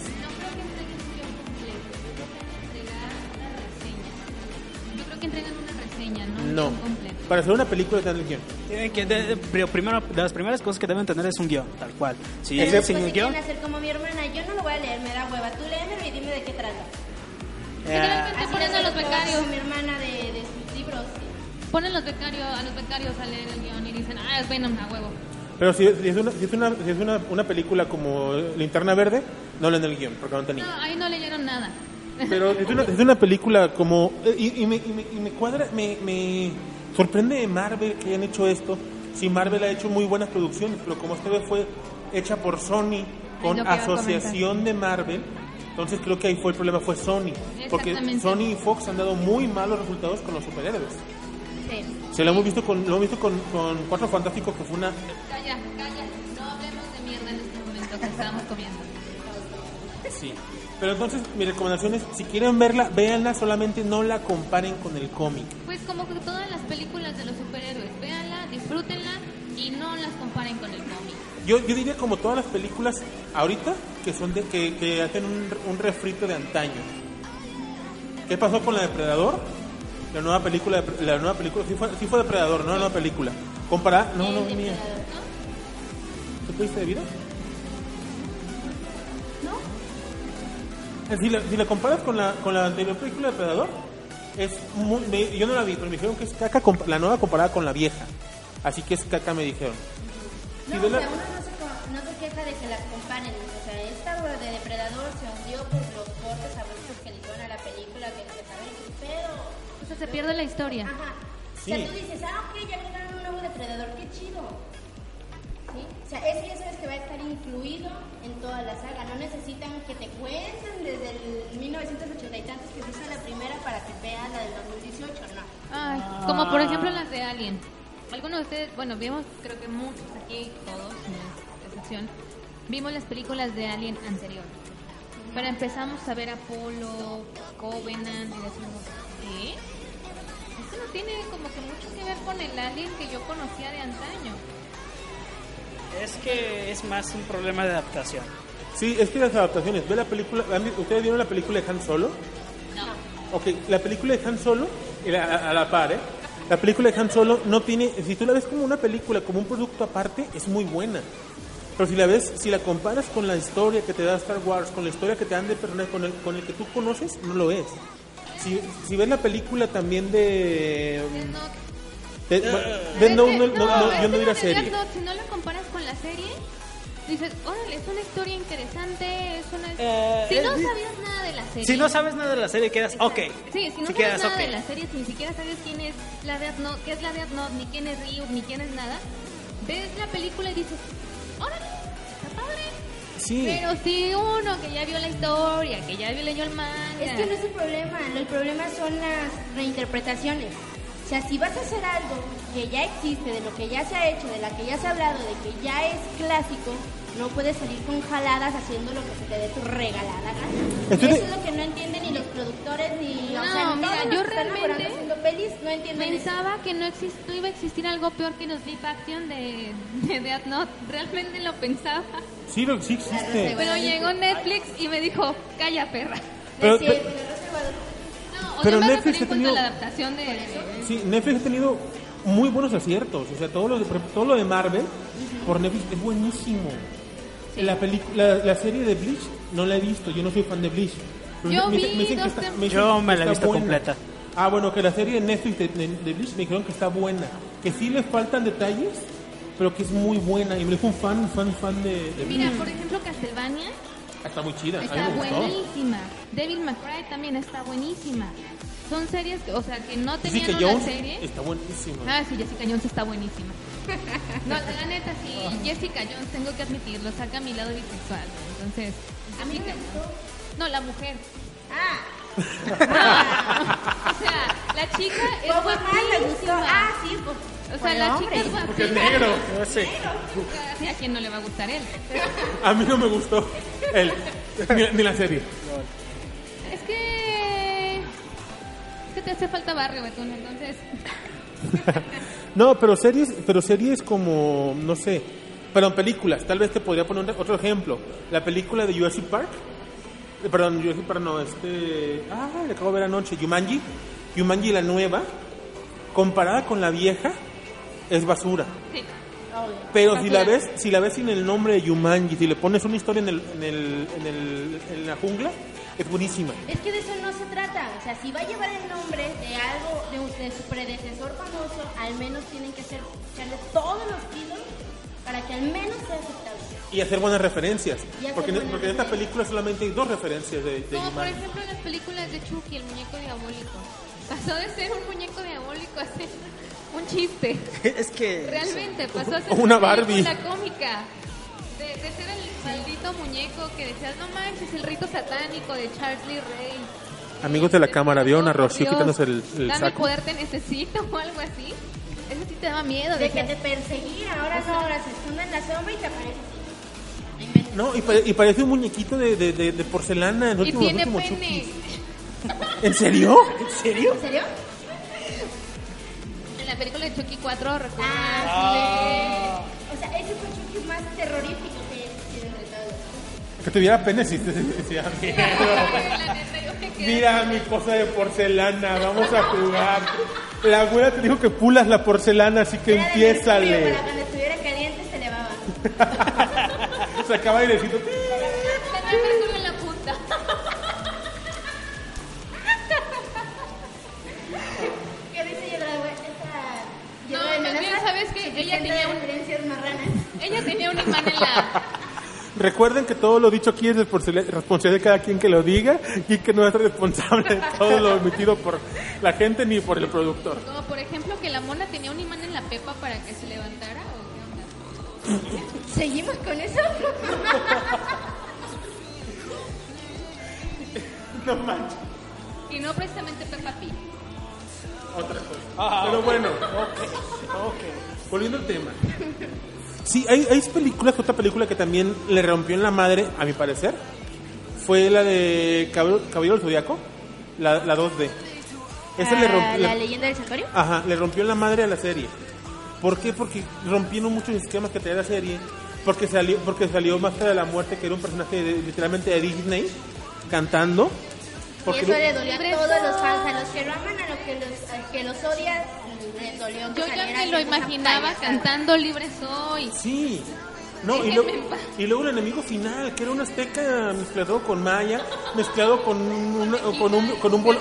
Yo creo que entregan una reseña, ¿no? No. Un completo. Para hacer una película te dan el guión. Tienen que, de- de- pero primero, de las primeras cosas que deben tener es un guión, tal cual. Si, Pero sin pues, si el guión, quieren hacer como mi hermana, yo no lo voy a leer, me da hueva. Tú léemelo y dime de qué trata. eh, Generalmente le ponen a doy los todo becarios. a mi hermana de, de sus libros. Ponen los becarios, a los becarios a leer el guión y dicen, ah, es Venom, a huevo. Pero si, si es, una, si es una- si es una- una película como Linterna Verde, no leen el guión, porque no tenían. No, ahí no leyeron nada. Pero es una, es una película como... eh, Y, y me, y me- y me cuadra, me, me sorprende de Marvel que hayan hecho esto. Si Marvel ha hecho muy buenas producciones, pero como esta vez fue hecha por Sony, con lo que iba a asociación de Marvel, entonces creo que ahí fue el problema, fue Sony. Porque Exactamente. Sony y Fox han dado muy malos resultados con los superhéroes. Sí. Se lo hemos visto con, lo hemos visto con, con Cuatro Fantásticos, que fue una... Calla, calla, no hablemos de mierda en este momento que estábamos comiendo. Sí. Pero entonces mi recomendación es, si quieren verla, véanla, solamente no la comparen con el cómic. Pues como que todas las películas de los superhéroes, véanla, disfrútenla y no las comparen con el cómic. Yo, yo diría como todas las películas ahorita que son de que, que hacen un, un refrito de antaño. ¿Qué pasó con la Depredador? La nueva película, de- la nueva película, sí fue, sí fue Depredador, no la nueva película. Comparar, no, no, mía. ¿Tú tuviste de vida? No. Eh, Si la, si la comparas con la, con la anterior película de Depredador, es muy- me- yo no la vi, pero me dijeron que es caca, compa- la nueva comparada con la vieja. Así que es caca, me dijeron. No, Y o de sea, la- uno no se, co- no se queja de que las comparen. O sea, esta obra de Depredador se hundió por los cortes abruptos que le hicieron a la película, que se saben qué pedo. O sea, se pierde la historia. Ajá. Sí. O sea, tú dices, ah, ok, ya agregaron un nuevo depredador, qué chido. ¿Sí? O sea, es que ya sabes que va a estar incluido en toda la saga. No necesitan que te cuenten desde el 1980 y tantos que fuiste la primera para que veas la del 2018, no. Ay, como por ejemplo las de Alien. Algunos de ustedes, bueno, vimos, creo que muchos aquí, todos, sin excepción, vimos las películas de Alien anterior. Pero empezamos a ver Apolo, Covenant, y decimos, ¿qué? Esto no tiene como que mucho que ver con el Alien que yo conocía de antaño. Es que es más un problema de adaptación. Sí, es que las adaptaciones. Ve la película. ¿han vi- ¿Ustedes vieron la película de Han Solo? No. Ok, la película de Han Solo, y la- a, a la par, ¿eh? La película de Han Solo no tiene. Si tú la ves como una película, como un producto aparte, es muy buena. Pero si la ves, si la comparas con la historia que te da Star Wars, con la historia que te dan de personaje, con el, con el que tú conoces, no lo es. Si, si ves la película también de. Death Note. de- de- Eh, no, no, no, no, es yo no que diría de Death serie. Note, si no lo comparas con la serie, dices, órale, es una historia interesante, es una... Eh, si no es- sabías nada de la serie... Si no sabes nada de la serie, quedas, ok. Sí, si no Te sabes quedas, nada ok. de la serie, si ni siquiera sabes quién es la Death Note, qué es la Death Note, ni quién es Ryu, ni quién es nada, ves la película y dices, órale, está padre. Sí. Pero si uno que ya vio la historia, que ya vio leyó el manga... Es que no es el problema, el problema son las reinterpretaciones. O sea, si vas a hacer algo que ya existe, de lo que ya se ha hecho, de la que ya se ha hablado, de que ya es clásico, no puedes salir con jaladas haciendo lo que se te dé tu regalada gana. Estoy de- Eso es lo que no entienden ni los productores ni No, o sea, todos mira, los yo que están laborando realmente haciendo pelis no entienden eso. Pensaba que no, exist- no iba a existir algo peor que los live action de, de Death Note. Realmente lo pensaba. Sí, lo- sí existe. Pero llegó Netflix y me dijo, calla perra. Pero- Sí, pero- pero reservador. No, o Pero sea, me Netflix referí en ha cuanto a tenido- la adaptación de... de- Sí, Netflix ha tenido muy buenos aciertos. O sea, todo lo de, todo lo de Marvel por Netflix es buenísimo. La, pelicu- la, la serie de Bleach no la he visto, yo no soy fan de Bleach. Pero Yo vi dicen que dos tem- dicen Yo que me la he está visto completa. Ah, bueno, que la serie de Netflix de, de- de Bleach me dijeron que está buena. Que sí les faltan detalles, pero que es muy buena. Y me dijo un fan, fan, fan de, de Bleach. Ah, Mira, por ejemplo, Castlevania Está muy chida, a está mí me gustó. buenísima. Devil May Cry también está buenísima. Son series, que- o sea, que no tenían Jessica una Jones serie. está [LAUGHS] buenísima. Ah, sí, Jessica Jones está buenísima. [LAUGHS] No, la neta sí, Jessica Jones, tengo que admitirlo, saca mi lado bisexual. Entonces, a mí me gustó. No, la mujer. Ah, [LAUGHS] o sea, la chica es Boba Fett le gustó. guapísima. Ah, sí, pues. O sea, la chica es guapísima. No sé. Sí, a quien no le va a gustar él. Pero A mí no me gustó él, ni- ni la serie. es que... Es que te hace falta barrio, Betún, entonces... No, pero series, pero series como, no sé, perdón, películas. Tal vez te podría poner un- otro ejemplo. La película de Jurassic Park. eh, Perdón, Jurassic Park no, este... Ah, le acabo de ver anoche. Yumanji. Yumanji la nueva, comparada con la vieja, es basura. Sí. Pero si la Basura. ves, si la ves sin el nombre de Yumanji, si le pones una historia en, el, en, el, en, el- en la jungla, es buenísima. Es que de eso no se trata. O sea, si va a llevar el nombre de algo de, un- de su predecesor famoso, al menos tienen que hacer echarle todos los kilos para que al menos sea aceptable. Y hacer buenas referencias. Y hacer Porque, en- e, buenas porque en esta película solamente hay dos referencias de, de Como por Jumanji. ejemplo en las películas de Chucky, el muñeco diabólico. Pasó de ser un muñeco diabólico a ser un chiste. [LAUGHS] Es que. Realmente pasó a ser O [LAUGHS] una La cómica. De, de ser el maldito muñeco que decías, no manches, el rito satánico de Charles Lee Ray. Amigos de la Decías, cámara, ¿vieron a "Oh, por Rocío Dios, quitándose el, el Dame saco? poder, te necesito [LAUGHS] o algo así. Eso sí te daba miedo. De que decías, te perseguían, ahora no, ahora se esconde en la sombra y te aparece. No inventes. No, y, pare- y parece un muñequito de, de- de- de porcelana. El y último, tiene el último pene. Chucky. ¿En serio? ¿En serio? ¿En serio? En la película de Chucky 4, recuerda. Ah, sí. O sea, ese fue el Chucky más terrorífico que tienen de todos. Que tuviera pene si te decía miedo. [LAUGHS] La neta, yo me quedé- Mira mi cosa de porcelana, vamos a jugar. La abuela te dijo que pulas la porcelana, así que Era de mercurio, empiézale. Para cuando estuviera caliente se elevaba. Sacaba airecito. Tenía el mercurio en la punta. ¿Qué dice yo la Esta. No, Yolanda de más bien, Mendoza, ¿sabes qué? Ella suficiente tenía de un- referencias marranas. Ella tenía un imán en la. Recuerden que todo lo dicho aquí es responsabili- responsabilidad de cada quien que lo diga y que no es responsable de todo lo emitido por la gente ni por el productor. Como por ejemplo que la mona tenía un imán en la pepa para que se levantara o qué onda. ¿Seguimos con eso? [LAUGHS] No manches. Y no precisamente Peppa Pig. Pero bueno, volviendo al tema. Sí, hay, hay películas, otra película que también le rompió en la madre, a mi parecer, fue la de Caballero, Caballero del Zodíaco, la, la 2D. Esa le Ah, Ah, rompió, ¿La leyenda del santuario? Ajá, le rompió la madre a la serie. ¿Por qué? Porque rompieron muchos esquemas que traía la serie. Porque salió, porque salió Máscara de la Muerte, que era un personaje de- literalmente de Disney, cantando. Y Porque eso lo- le dolió a Libre todos soy. los fans, a los que lo aman, a los que los, a los que los odian, les dolió. que Yo ya saliera me lo esa imaginaba payasada. cantando Libre Soy. Sí. No, y, Déjenme luego- en paz. y luego el enemigo final, que era un azteca mezclado con maya, mezclado con un, una- con un, con un, vol-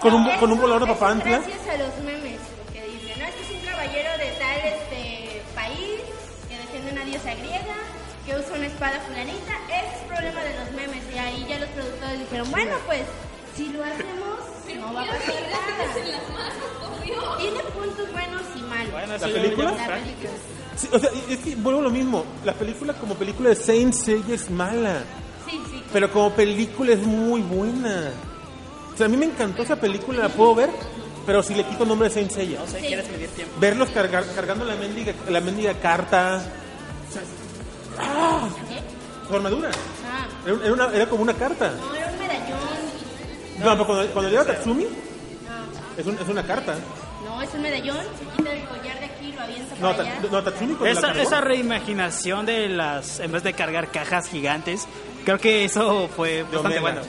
con un, con un volador de Eso es papantla. Gracias a los memes que dicen, no, este es un caballero de tal este país que defiende una diosa griega, que usa una espada fulanita. Ese es problema de los memes y ahí ya los productores dijeron, bueno pues si lo hacemos no va a pasar nada. Tiene puntos buenos y malos. ¿La película? La película. Sí, o sea, y- es que vuelvo a lo mismo. La película como película de Saint Seiya es mala, Sí, sí. pero como película es muy buena. O sea, a mí me encantó esa película, la puedo ver, pero si le quito el nombre de Saint Seiya. No sé, ¿quieres medir tiempo? Verlos cargar, cargando la mendiga, la mendiga carta. O sea, ¡ah! Su armadura. Ah, Era, un- era una- era como una carta. no, era un medallón. No, pero cuando, cuando llega Tatsumi, es, un- es una carta. No, es un medallón, se quita el collar de aquí, lo avienta No, para allá. ta- no, Tatsumi cuando Pues la Esa, cargó. esa reimaginación de las, en vez de cargar cajas gigantes, creo que eso fue bastante Omega. bueno.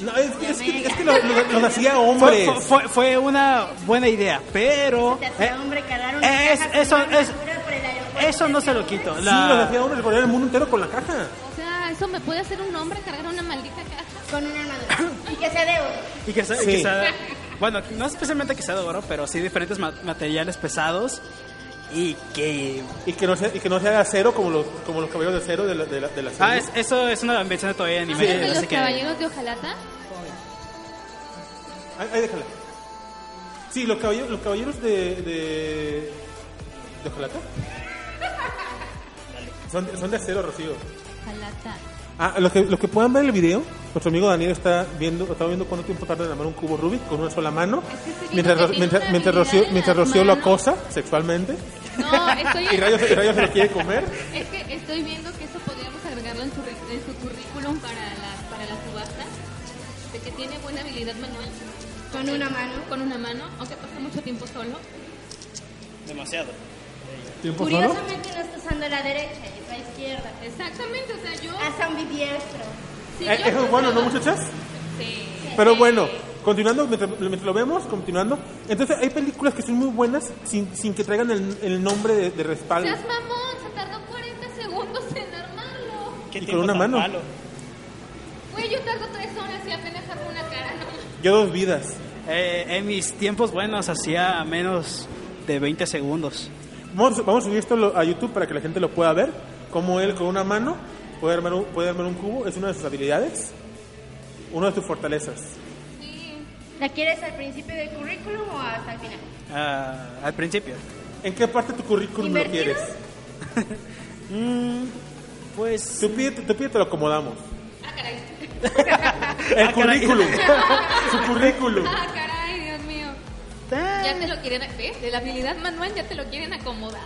No, es, que- es que, es que lo- lo- los hacía hombres. Fue, fue- fue una buena idea, pero Te hacía eh, hombre cargar una es- caja con eso, una es- basura por el aeropuerto. eso no se lo quito. Sí, La- los hacía hombres, recorrer el mundo entero con la caja. O sea, eso me puede hacer un hombre cargar una maldita caja. Con una armadura. y que sea de oro. Y que sea- Sí. y que sea- bueno, no especialmente que sea de oro, pero sí diferentes ma- materiales pesados y que... Y que no sea, y que no sea de acero como los, como los caballeros de acero de la, de la, de la serie. Ah, es- eso es una invención de todavía de anime. ¿Hablas de así los que- caballeros de Ojalata? Ahí, ahí déjala. Sí, los caballeros, los caballeros de. de. de hojalata. Son, de- son de acero, Rocío. Ojalata. Ah, los que, los que puedan ver el video, nuestro amigo Daniel está viendo, está viendo cuánto tiempo tarda en armar un cubo Rubik con una sola mano, que este mientras, tipo Ro- tiene mientras, una mientras habilidad Rocío, en mientras las Rocío lo manos. acosa sexualmente [LAUGHS] No, estoy... y Rayo, y Rayo se lo quiere comer. Es que estoy viendo que eso podríamos agregarlo en su, re- en su currículum para la, para la subasta. De que tiene buena habilidad manual. Con una mano. Con una mano, aunque pasa mucho tiempo solo. Demasiado. ¿Tiempo solo? Curiosamente no está usando la derecha, es la izquierda. Ah, Exactamente, o sea, yo... Es ambidiestro. si Eh, yo Eso es bueno, ¿no, muchachas? Sí. Pero bueno, continuando, mientras, mientras lo vemos, continuando. Entonces, hay películas que son muy buenas sin, sin que traigan el, el nombre de, de respaldo. Seas mamón, se tardó 40 segundos en armarlo. Y con una mano. Güey, yo tardo 3 horas y apenas armo una cara, no Yo dos vidas. Eh, en mis tiempos buenos hacía menos de 20 segundos. Vamos, vamos a subir esto lo- a YouTube para que la gente lo pueda ver. Como él con una mano puede armar un, puede armar un cubo. Es una de sus habilidades. Una de sus fortalezas. ¿La quieres al principio del currículum o hasta el final? Ah, al principio. ¿En qué parte de tu currículum lo ¿Invertido? quieres? Pues. Tú pide, tú pide, te lo [LAUGHS] acomodamos. Ah, caray. El Ah, caray. [LAUGHS] currículum. Su currículum. Ah, caray, Dios mío. Ya te lo quieren... ¿Ves? De la habilidad manual ya te lo quieren acomodar,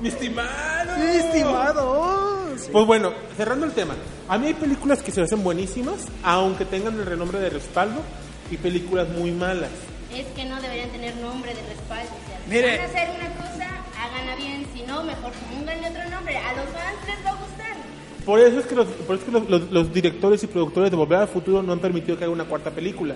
mi estimado. Mi estimado. Estimados. Pues bueno, cerrando el tema. A mí hay películas que se me hacen buenísimas, aunque tengan el renombre de respaldo, y películas muy malas. Es que no deberían tener nombre de respaldo. o sea, Mire. Van a hacer una cosa, háganla bien. Si no, mejor pónganle otro nombre. A los fans les va a gustar. Por eso es que los, por eso es que los- los- los directores y productores de Volver al Futuro no han permitido que haga una cuarta película.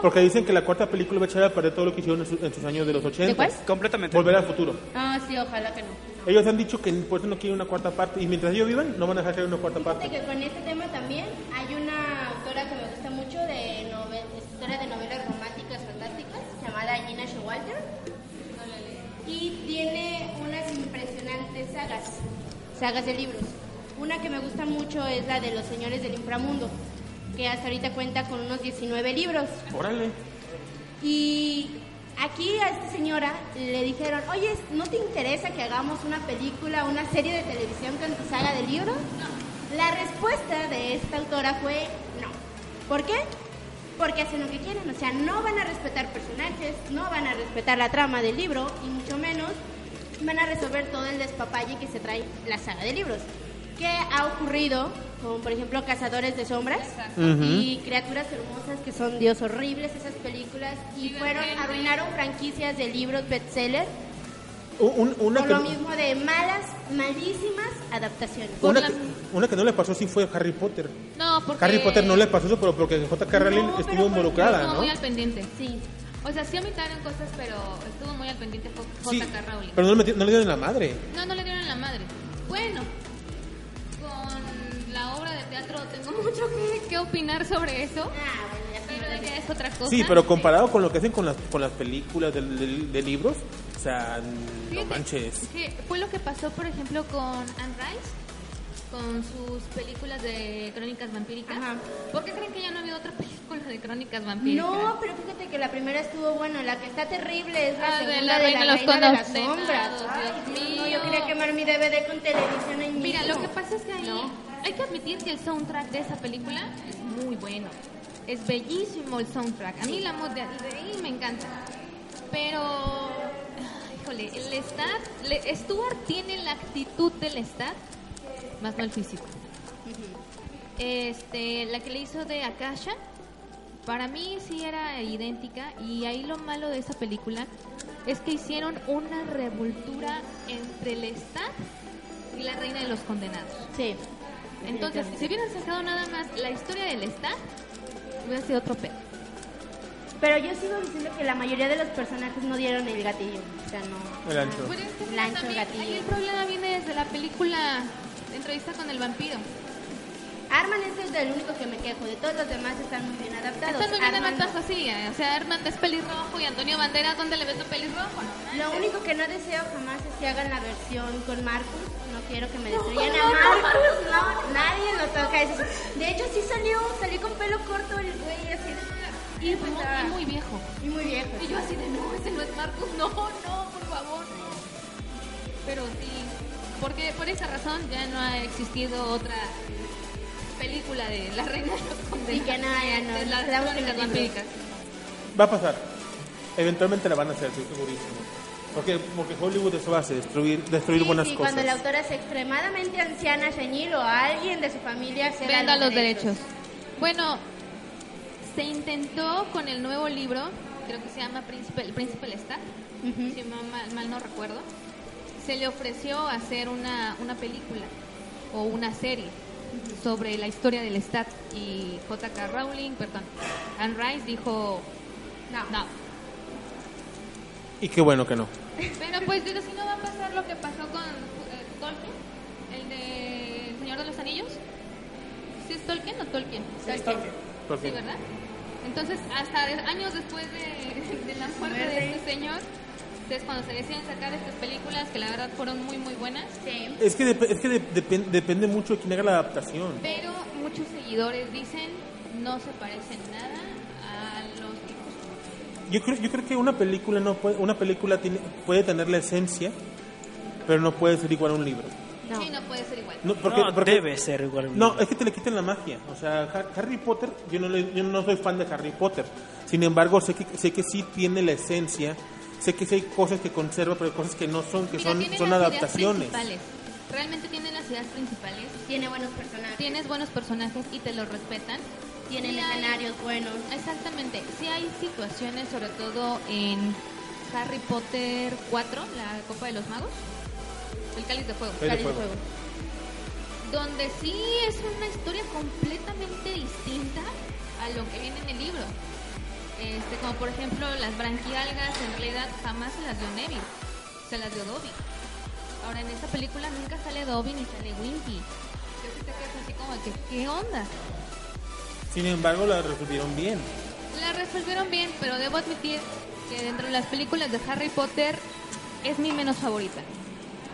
Porque dicen que la cuarta película va a echar a perder todo lo que hicieron en, su- en sus años de los 80. ¿De cuál? Completamente. Volver al Futuro. Ah, sí, ojalá que no. Ellos han dicho que por eso no quieren una cuarta parte. Y mientras ellos vivan, no van a dejar que haya una cuarta Fíjate parte. que con este tema también hay una autora que me gusta mucho de novel- escritora de novelas románticas fantásticas llamada Gina Showalter y tiene unas impresionantes sagas sagas de libros. Una que me gusta mucho es la de Los Señores del Inframundo, que hasta ahorita cuenta con unos 19 libros. Órale. Y aquí a esta señora le dijeron, oye, ¿no te interesa que hagamos una película, una serie de televisión con tu saga de libros? La respuesta de esta autora fue no. ¿Por qué? Porque hacen lo que quieren, o sea, no van a respetar personajes, no van a respetar la trama del libro y mucho menos van a resolver todo el despapalle que se trae la saga de libros. ¿Qué ha ocurrido con, por ejemplo, Cazadores de Sombras y Criaturas Hermosas, que son dios horribles esas películas, y fueron, arruinaron franquicias de libros bestseller Un- un- una, por que, lo mismo de malas, malísimas adaptaciones. Pues, una, que, una que no le pasó sí fue Harry Potter. [LAUGHS] No, porque... Harry Potter no le pasó eso, pero porque J.K. Rowling No, pero estuvo porque involucrada, Estuvo ¿no? muy al pendiente. Sí. O sea, sí omitaron cosas, pero estuvo muy al pendiente J- Sí, J.K. Rowling. pero no le, meti- no le dieron la madre. No, no le dieron la madre. Bueno, con la obra de teatro tengo [LAUGHS] mucho que, que opinar sobre eso, Ah, bueno, ya pero se me ella es otra cosa. Sí, pero comparado con lo que hacen con las, con las películas de, de- de libros, o sea, no Fíjate manches. que fue lo que pasó, por ejemplo, con Anne Rice, con sus películas de crónicas vampíricas. Ajá. ¿Por qué creen que ya no había otra película de crónicas vampíricas? No, pero fíjate que la primera estuvo bueno, la que está terrible es la Ah, de segunda de la la, Reina Reina de los de las Condenados, Sombras. Dios Ay, no, mío. yo quería quemar mi DVD con televisión ahí Mira, mismo. lo que pasa es que ahí No. hay que admitir que el soundtrack de esa película es muy bueno. Es bellísimo el soundtrack. A mí la música de ahí me encanta. Pero, híjole, el Stat, le- Stuart tiene la actitud del Stat, más no el físico. Este, la que le hizo de Akasha, para mí sí era idéntica y ahí lo malo de esa película es que hicieron una revoltura entre el Stat y la Reina de los Condenados. Sí. Entonces, si hubieran sacado nada más la historia del Stat, hubiera sido otro pedo. Pero yo sigo diciendo que la mayoría de los personajes no dieron el gatillo. O sea, no. El ancho. Pero Pues es que El ancho, el también, ahí gatillo. el problema viene desde la película Entrevista con el Vampiro. Arman es el único que me quejo. De todos los demás están muy bien adaptados. Están muy bien Arman no. adaptados así, eh, o sea, Hernández pelirrojo y Antonio Banderas, ¿dónde le ves un pelirrojo? Lo único que no deseo jamás es que hagan la versión con Marcus. No quiero que me destruyan a [LAUGHS] Marcus. No, nadie lo toca. Eso. De hecho, sí salió, salió con pelo corto el güey así. de- Y Y muy, pues, y ah, muy viejo. y muy viejo. Y yo así de, no, ese no es Marcus, [LAUGHS] no, no, por favor, no. Pero sí, porque por esa razón ya no ha existido otra película de La Reina de los Condenados. Y ya no, ya no, de nos las quedamos con crónicas los libros. vampíricas. Va a pasar. Eventualmente la van a hacer, estoy segurísimo. Porque, porque Hollywood eso hace, destruir, destruir Sí, buenas sí, cosas. cuando la autora es extremadamente anciana, senil o alguien de su familia se Venda los derechos. Bueno, se intentó con el nuevo libro, creo que se llama Príncipe, El Príncipe Lestat, Ujú. si ma- mal, mal no recuerdo, se le ofreció hacer una, una película o una serie sobre la historia del Lestat y J.K. Rowling, perdón, Anne Rice dijo no, no. Y qué bueno que no. Pero pues digo, si no va a pasar lo que pasó con eh, Tolkien, el de El Señor de los Anillos. ¿Sí es Tolkien o Tolkien? Porque Sí, ¿verdad? Entonces, hasta de- años después de, de la muerte de este señor, entonces cuando se deciden sacar estas películas, que la verdad fueron muy, muy buenas, Es que, dep- es que de- depen- depende mucho de quién haga la adaptación. pero muchos seguidores dicen no se parecen nada a los tipos. Yo creo, yo creo que una película no puede, una película tiene- puede tener la esencia, pero no puede ser igual a un libro. No. Sí, no puede ser igual. No, porque, no porque- debe ser igual. No, es que te le quiten la magia. O sea, Har- Harry Potter, yo no, le- yo no soy fan de Harry Potter. Sin embargo, sé que, sé que sí tiene la esencia. Sé que sí hay cosas que conserva, pero hay cosas que no son, que Mira, son, tiene son las ideas adaptaciones. principales. Realmente tienen las ideas principales, Tiene buenos personajes, tienes buenos personajes y te los respetan. tienen Y hay- escenarios buenos. Exactamente, sí hay situaciones, sobre todo en Harry Potter 4, la Copa de los Magos, el Cáliz de Fuego, Cáliz de Fuego. donde sí es una historia completamente distinta a lo que viene en el libro. Este, como por ejemplo las branquialgas, en realidad jamás se las dio Neville, se las dio Dobby. Ahora en esta película nunca sale Dobby ni sale Wimpy. Yo sí te quedas así como que, ¿qué onda? Sin embargo, la resolvieron bien. La resolvieron bien, pero debo admitir que dentro de las películas de Harry Potter es mi menos favorita.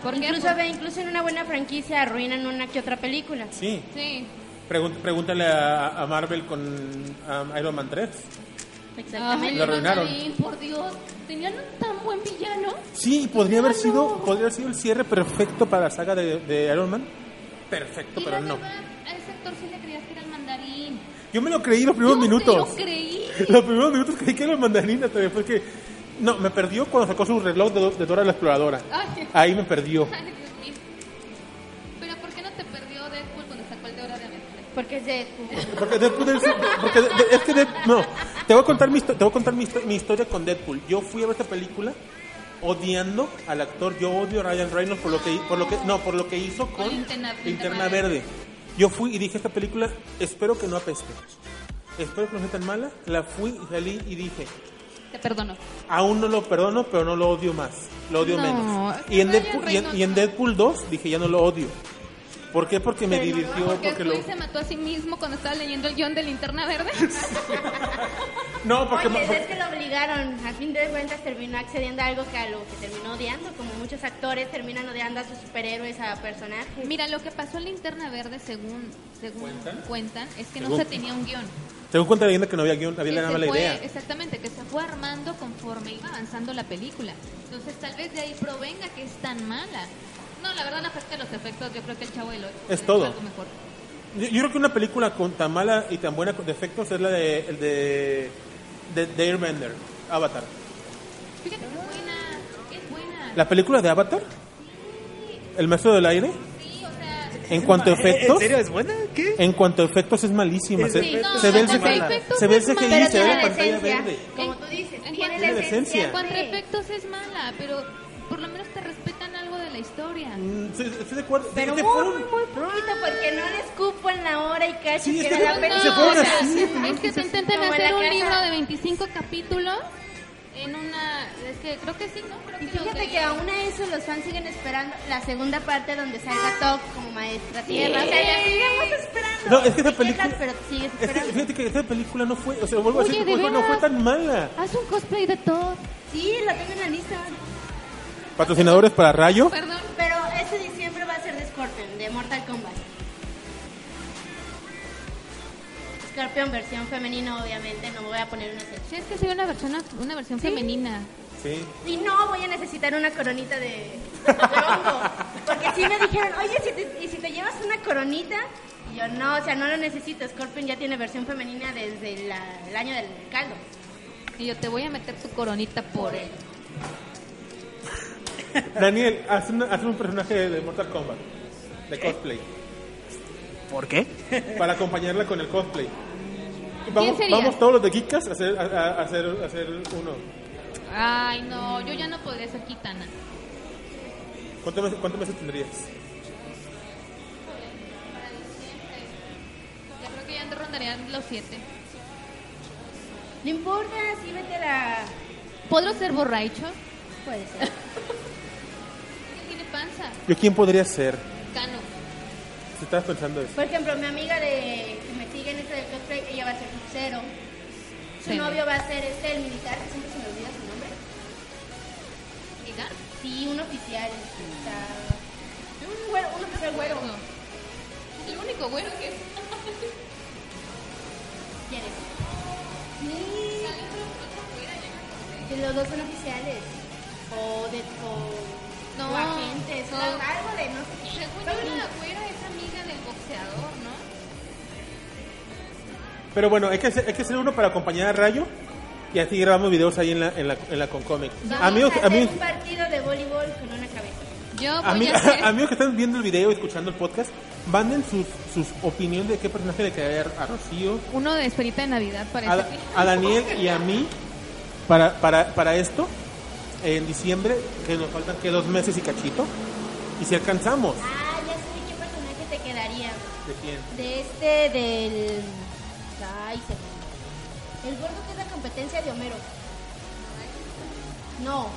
¿Por qué? incluso, Por- ve, incluso en una buena franquicia arruinan una que otra película. Sí. Sí. Pregun- pregúntale a, a Marvel con um, Iron Man 3. Exactamente. Ay, Lo arruinaron. Magdalene, por Dios, tenían un tan buen villano. Sí, podría Ah, haber sido podría haber sido el cierre perfecto para la saga de, de Iron Man. Perfecto, Y pero la no. verdad, a ese actor sí le creías que era el mandarín. Yo me lo creí los primeros Yo minutos. Te lo creí. [LAUGHS] Los primeros minutos creí que era mandarina, pero después que... No, me perdió cuando sacó su reloj de, de Dora la Exploradora. Ay. Ahí me perdió. Ay, Dios mío. Pero ¿por qué no te perdió Deadpool cuando sacó el de hora de aventura? Porque es de... Porque Deadpool es, porque de- de- es que Dead- no, te voy a contar mi histo- te voy a contar mi, histo- mi historia con Deadpool. Yo fui a ver esta película odiando al actor. Yo odio a Ryan Reynolds por lo que por lo que no, por lo que hizo con Linterna- Linterna, Linterna verde. Verde. Yo fui y dije esta película, espero que no apeste. Espero que no sea tan mala. La fui y salí y dije, Te perdono. aún no lo perdono, pero no lo odio más. Lo odio No, menos. Y en, Ryan Deadpool, y, en, Reynolds y en no. Deadpool 2 dije, ya no lo odio. ¿Por qué? Porque me Pero no lo- divirtió, Porque porque lo... Deadpool se mató a sí mismo cuando estaba leyendo el guión de [LAUGHS] Linterna Verde. No, [LAUGHS] porque... Oye, porque- es que lo obligaron. A fin de cuentas terminó accediendo a algo que a lo que terminó odiando. Como muchos actores terminan odiando a sus superhéroes, a personajes. Este Mira, lo que pasó en Linterna Verde, según, según ¿Cuentan? ¿Cuentan? es que Según. no se tenía un guión. Según cuenta la leyenda que no había guión, había que la se mala fue- idea. Exactamente, que se fue armando conforme iba avanzando la película. Entonces tal vez de ahí provenga que es tan mala. No, la verdad no fue que los efectos, yo creo que el chavo del Ocho Es hizo todo. algo mejor. Yo, yo creo que una película con tan mala y tan buena con defectos es la de, el de, de, de Airbender, Avatar. Fíjate que es buena, es buena. La película de Avatar, El Maestro del Aire, Sí, o sea, en cuanto a ¿En efectos, Eh, serio es buena? ¿Qué? en cuanto a efectos es malísima. Se, Sí, no, se ve el en cuanto a CGI, efectos se ve el es CGI, mala. se ve la Pero pantalla esencia, verde. Como tú dices, En cuanto- tiene la esencia. en en cuanto a sí. efectos es mala, pero por lo menos te respetan algo de la historia. Mm, sí, Estoy de acuerdo. Pero Se muy, fueron- muy, muy poquito, porque no les cupo en la hora y cacho Sí, es que que era la no, película. se fueron o sea, así, es que te intentan Como hacer la un casa. libro de 25 capítulos en una... Es que creo que sí, ¿no? Creo Y que los fíjate de- que aún a eso los fans siguen esperando la segunda parte donde salga Top como maestra tierra. O sea, la sigamos esperando. No, es que esa Te película- quejas, Pero te sigues Es que, esperando. fíjate que esta película no fue, o sea, vuelvo a Oye, decir, ¿de no fue- no fue veras? tan mala. Haz un cosplay de todo. Sí, la tengo en la lista. Patrocinadores para Rayo. Perdón. Pero este diciembre va a ser de Scorpion, de Mortal Kombat. Scorpion versión femenina, obviamente, no voy a poner una sección. Sí, es que soy una versión, una versión femenina. Sí. Y no voy a necesitar una coronita de, de hongo. Porque sí me dijeron, oye, si te, ¿y si te llevas una coronita? Y yo, no, o sea, no lo necesito. Scorpion ya tiene versión femenina desde la- el año del caldo. Y yo te voy a meter tu coronita por él. Daniel, haz, una- haz un personaje de Mortal Kombat, Eh. de cosplay, ¿Por qué? para acompañarla con el cosplay. ¿Quién Vamos, sería? vamos todos los de Kikas a hacer, a, a- a hacer, a hacer uno. Ay, no, yo ya no podría ser Kitana. ¿Cuántos meses, cuántos meses tendrías? Yo creo que ya te rondarían los siete. No importa, sí vete a la... ¿Podrá ser borracho? Puede ser. ¿Quién tiene panza? ¿Yo quién podría ser? Cano. Si estabas pensando eso. Por ejemplo, mi amiga de que me sigue en esto del cosplay, ella va a ser crucero. Su Sí. novio va a ser este, el militar, que siempre se me olvida su nombre. ¿Diga? Sí, un oficial. está- Un güero, un oficial güero. No. El único güero que es. [LAUGHS] ¿Quién es? Sí. Que los dos son oficiales. O de o, No, o agentes. no. O algo de no sé qué. Según Pero yo, ni- la güera es amiga del boxeador, ¿no? Pero bueno, hay que, hacer, hay que hacer uno para acompañar a Rayo y así grabamos videos ahí en la, en la, en la Concomic. Vamos Amigos, a hacer amigos, un partido de voleibol con una cabeza. Yo voy ami- [LAUGHS] a ser. amigos que están viendo el video y escuchando el podcast, manden sus, sus opiniones de qué personaje le quedaría a Rocío, Uno de esperita de Navidad parece a, que. a Daniel y a mí para, para, para esto en diciembre, que nos faltan que dos meses y cachito. Y si alcanzamos, Ah, ya sé qué personaje te quedaría. ¿de quién? De este, del. Ay, se- El gordo que es la competencia de Homero. No.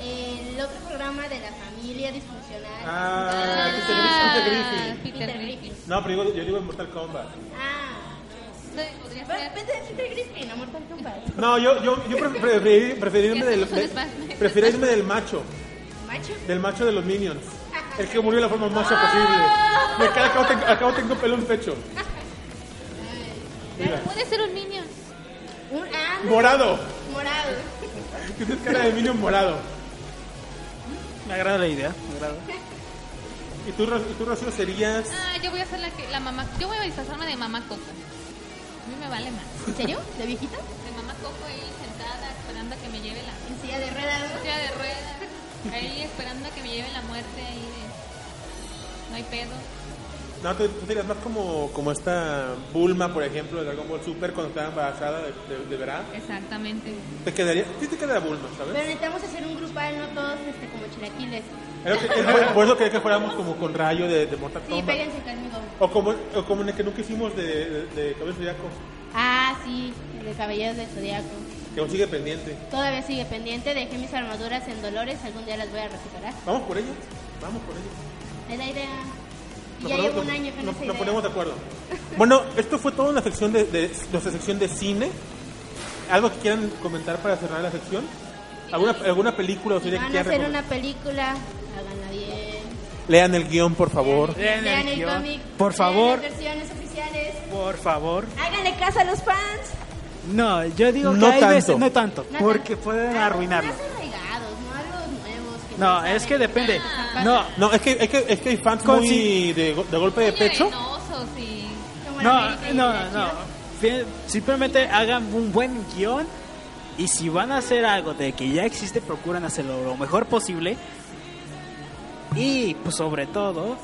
El otro programa de la familia disfuncional. Ah, que se Ah, grita, Peter Griffin. Peter Griffin. No, pero digo- yo digo en Mortal Kombat. Ah, Sí, podría pero ser. vete de Peter Griffin, amor tan tumba. No, yo, yo, yo pre- preferí- preferirme del, Hacemos un de- espacio. prefiero irme del macho. macho. Del macho de los Minions. El que murió de la forma [LAUGHS] más macho posible. Me cae, acabo, tengo, acabo tengo pelo en el pecho. Mira. Puede ser un niño. Un ah, no, Morado. morado. Tienes cara de Minion morado. Me agrada la idea. Me agrada. Y tú, Ro- y tú Rocío, serías... Ah, yo voy a ser la, que, la mamá. Yo voy a disfrazarme de mamá Coco. A mí me vale más. ¿En serio? ¿De viejita? De mamá Coco ahí sentada esperando a que me lleve la En silla de ruedas. ¿no? silla de ruedas. Ahí esperando a que me lleve la muerte ahí de. No hay pedo. No, tú, tú serías más como, como esta Bulma, por ejemplo, de Dragon Ball Super cuando estaba embarazada de, de, de Bra. Exactamente. Te quedaría... Sí te queda Bulma, Pero ¿sabes? necesitamos hacer un grupal, no todos este, como chilaquiles. Era lo que- era- por eso quería que fuéramos como con rayo de, de Mortal Sí, Kombat. péguense conmigo. O como, o como en el que nunca hicimos de, de, de Cabello Zodíaco, Ah, sí, el de Caballeros del Zodiaco. que aún sigue pendiente. Todavía sigue pendiente, dejé mis armaduras en Dolores, algún día las voy a recuperar. Vamos por ello, vamos por ello. Es la idea. Y Nos ya ponemos- llevo un año con nos, nos esa idea. ponemos de acuerdo. [LAUGHS] Bueno, esto fue todo en la sección de, de- nuestra sección de cine. ¿Algo que quieran comentar para cerrar la sección? ¿Alguna, alguna película o Si serie que van a quieran hacer recomendar? una película, háganla bien. Lean el guión, por favor. Lean el Lean el guión. cómic. Por lean favor. Las versiones oficiales. Por favor. Háganle caso a los fans. No, yo digo No que hay tanto. veces- no tanto. No porque tanto. pueden Ah, arruinarlo. Más arraigados, no algo nuevos. que No, saben. es que depende. Ah, No, No, es que, es que, es que hay fans Con- muy de, go- de golpe de pecho. Venenosos y. como la No, América y no, la no. Chivas. Fi- Simplemente hagan un buen guión y si van a hacer algo de que ya existe, procuran hacerlo lo mejor posible. Y pues sobre todo,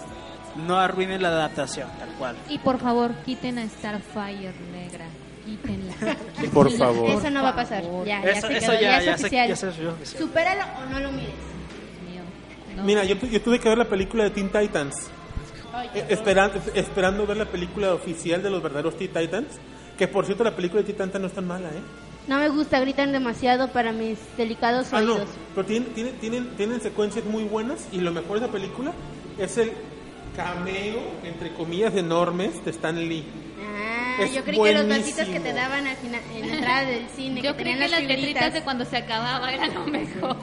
no arruinen la adaptación, tal cual. Y por favor, quiten a Starfire negra. Quítenla. [LAUGHS] Por favor. Eso no va a pasar. Ya, ya Eso- se eso quedó, ya- ya, ya es se- oficial. ya se- ya se- Supéralo o no lo mires. Dios mío. No. Mira, yo, tu- yo tuve que ver la película de Teen Titans. Ay, Eh, esperan- esperando ver la película oficial de los verdaderos Teen Titans. Que por cierto, la película de Teen Titans no es tan mala, ¿eh? No me gusta, gritan demasiado para mis delicados Ah, no, oídos. pero tienen, tienen, tienen, tienen secuencias muy buenas y lo mejor de la película es el cameo, entre comillas, enormes de Stan Lee. Ah, Es yo creí que los buenísimo. datitos que te daban al final, en la entrada del cine, Yo que creí tenían que las letritas figuritas. de cuando se acababa era lo mejor.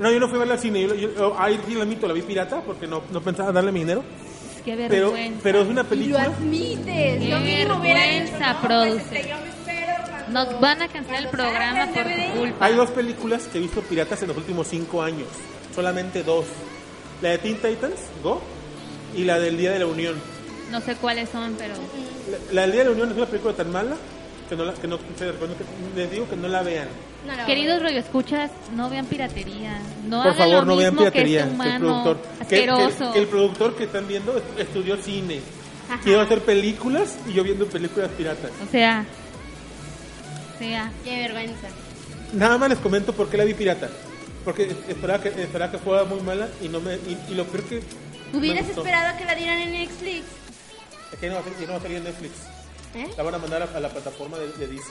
No, yo no fui a verla al cine, yo, yo- yo- ahí sí lo admito, la vi pirata porque no, no pensaba darle mi dinero, [LAUGHS] Qué pero, vergüenza. pero es una Y lo película... admites. Qué lo mismo hubiera dicho, vergüenza, no, produce. pues, este, yo me espero cuando- Nos van a cancelar el cuando salga programa el por DVD. tu culpa. Hay dos películas que he visto piratas en los últimos cinco años, solamente dos. La de Teen Titans, Go, y la del Día de la Unión. No sé cuáles son, pero La, la del Día de la Unión es una película tan mala que no, la- que no se recomiendo que- les digo que no la vean. No, no, queridos radioescuchas, no vean piratería. No Por hagan favor, lo no vean mismo piratería. que este que el humano productor, que, que- asqueroso. que el productor que están viendo est- estudió cine. Quiero hacer películas y yo viendo películas piratas. O sea, o sea, Qué vergüenza. Nada más les comento por qué la vi pirata. Porque esperaba que, esperaba que fuera muy mala y no me y, y lo peor que me Hubieras gustó esperado que la dieran en Netflix. es que no va a salir, no va a salir en Netflix. ¿Eh? La van a mandar a, a la plataforma de, de DC.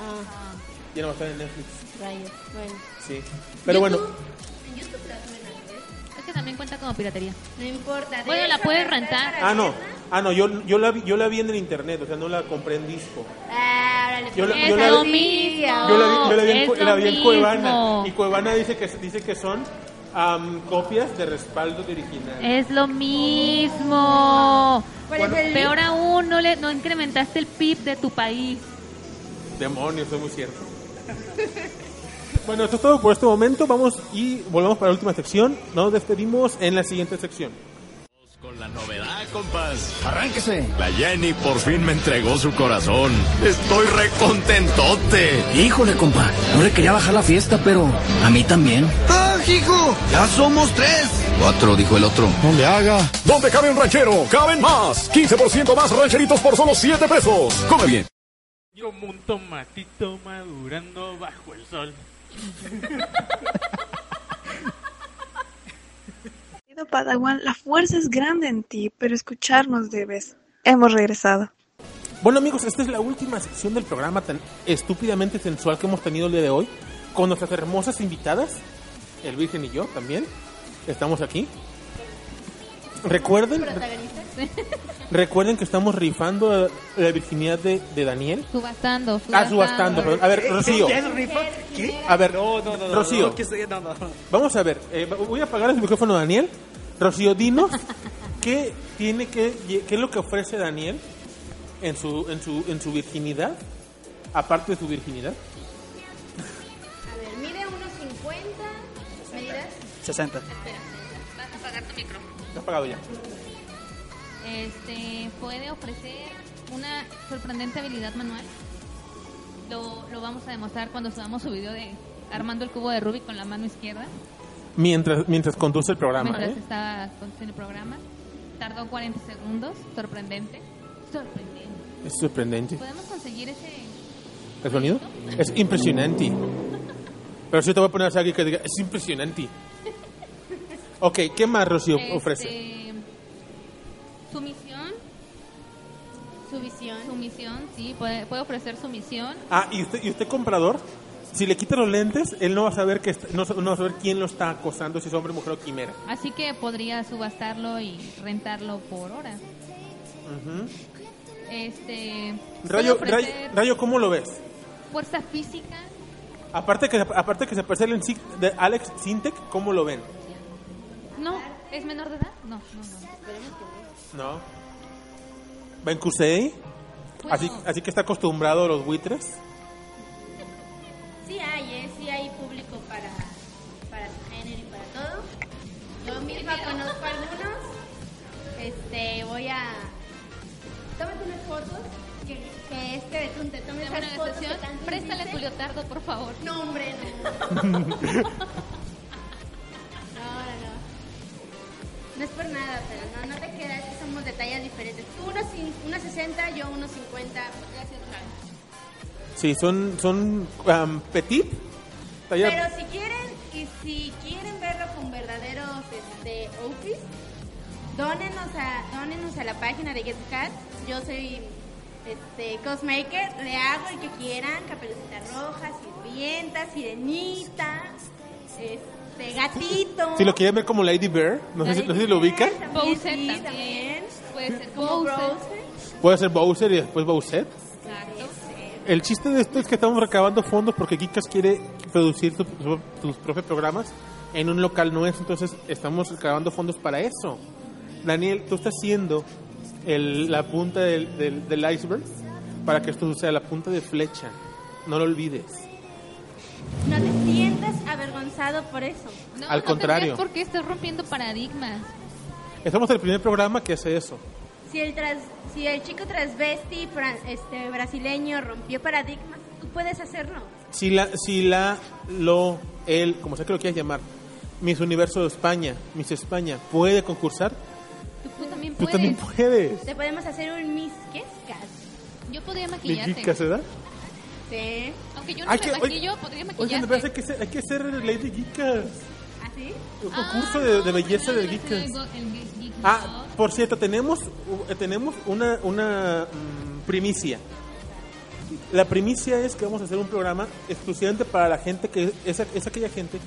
Ah, Ya no va a estar en Netflix. rayos. Bueno. Sí. Pero bueno, En YouTube la suben a ver. es que también cuenta como piratería. No importa. de Bueno, la hecho, puedes rentar rentar. para ah no, verla. ah no, yo yo la vi, yo la vi en el internet, o sea, no la compré en disco. Ah, órale, Yo la- pues, es yo la- lo sí, mismo. Yo la vi, yo la vi en, es Cu- lo la vi en mismo. Cuevana. Y Cuevana dice que, dice que son am, copias de respaldo de original. Es lo mismo. ¿Cuál es el Peor aún, no, le, no incrementaste el PIB de tu país. Demonios, es muy cierto. [LAUGHS] bueno, esto es todo por este momento. Vamos y volvamos para la última sección. Nos despedimos en la siguiente sección. Con la novedad, compas. Arránquese. La Jenny por fin me entregó su corazón. Estoy recontentote. Híjole, compa, no le quería bajar la fiesta, pero a mí también. ¡Ah, hijo! ¡Ya somos tres! Cuatro, dijo el otro. No le haga. ¿Dónde cabe un ranchero? ¡Caben más! 15% más rancheritos por solo 7 pesos. Come bien. Como un tomatito madurando bajo el sol. Querido Padawan, la fuerza es grande en ti, pero escucharnos debes. Hemos regresado. Bueno, amigos, esta es la última sección del programa tan estúpidamente sensual que hemos tenido el día de hoy. Con nuestras hermosas invitadas, el Virgen y yo también. Estamos aquí. Recuerden, recuerden que estamos rifando eh, la virginidad de, de Daniel. Subastando, Ah, subastando, perdón. A ver, Rocío. ¿Ya es rifa? ¿Qué? A ver, No, no, no, no, Rocío. no, que se- no, no. Vamos a ver, eh, voy a apagar el micrófono a Daniel. Rocío, dinos qué tiene que lle- qué es lo que ofrece Daniel en su en su en su virginidad, aparte de su virginidad. A ver, mide unos 50. ¿Medidas? 60. Espera, vas a apagar tu micrófono. Está apagado ya. Este, puede ofrecer una sorprendente habilidad manual. Lo, lo vamos a demostrar cuando subamos su video de armando el cubo de Rubik con la mano izquierda. Mientras mientras conduce el programa, mientras ¿eh? estaba con en el programa. Tardó 40 segundos. Sorprendente. Sorprendente. Es sorprendente. ¿Podemos conseguir ese...? ¿El sonido? Es impresionante. Pero si te voy a poner aquí que diga, es impresionante. Ok, ¿qué más Rocío Este, ofrece? Su misión. Su visión. Su misión, sí. Puede, puede ofrecer su misión. Ah, y usted, y usted comprador, si le quita los lentes, él no va a saber que está- no, sa- no va a saber quién lo está acosando, si es hombre, mujer o quimera. Así que podría subastarlo y rentarlo por hora. Ujú. Este. Rayo, puede ofrecer Rayo, Rayo, ¿cómo lo ves? Fuerza física. Aparte que aparte que se parece al Sin- de Alex Sintek, ¿cómo lo ven? No, ¿es menor de edad? No, no, no. ¿No? ¿Ven Kusei? Así, así que está acostumbrado a los buitres. Sí hay, ¿eh? sí hay público para, para tu género y para todo. Yo misma conozco algunos. Este, voy a... Tómate unas fotos. Que, que este betún te tome Dame esas una fotos. excepción. Préstale a Julio Tardo, por favor. No, hombre, no. No, no, no. No es por nada, pero no, no te quedas, que somos de tallas diferentes. Tú unos, cin- unos 60, yo unos 50. Gracias, Sí, son, son am, petit. talla- Pero si quieren, y si quieren verlo con verdaderos este, outfits, dónenos a, dónenos a la página de Get Cat. Yo soy este, cosmaker, le hago el que quieran, caperucita roja, sirvienta, sirenita, este, gatito. Si lo quieren ver como Lady Bear, no sé, si- no sé si lo ubican. También, Bowser sí, también. también. Puede ser Como Bowser. Bowser. Puede ser Bowser y después Bowser. Exacto. El chiste de esto es que estamos recabando fondos porque Kikas quiere producir su- su- sus propios programas en un local nuestro, entonces estamos recabando fondos para eso. Daniel, tú estás siendo el- la punta del, del- del iceberg para que esto sea la punta de flecha. No lo olvides. No te sientas avergonzado por eso. No, Al no contrario. tendrías por qué estás rompiendo paradigmas. Estamos en el primer programa que hace eso. Si el, trans- si el chico transvesti fran- este, brasileño rompió paradigmas, tú puedes hacerlo. Si la, si la, lo, él, como sea que lo quieras llamar, Miss Universo de España, Miss España, puede concursar, Tú, tú también tú puedes. también puedes. Te podemos hacer un Miss Quescas. Yo podría ¿De maquillarte. Kikas, ¿verdad? Sí. Aunque yo no Hay me que- oye- maquillo, podría Oigan, me maquillarte. parece que se- hay que hacer el Lady Geekas. ¿Así? Un Ah, concurso de, de belleza del Geekas. Ah, por cierto, tenemos, uh, tenemos una, una mm, primicia. La primicia es que vamos a hacer un programa exclusivamente para la gente que es, es aquella gente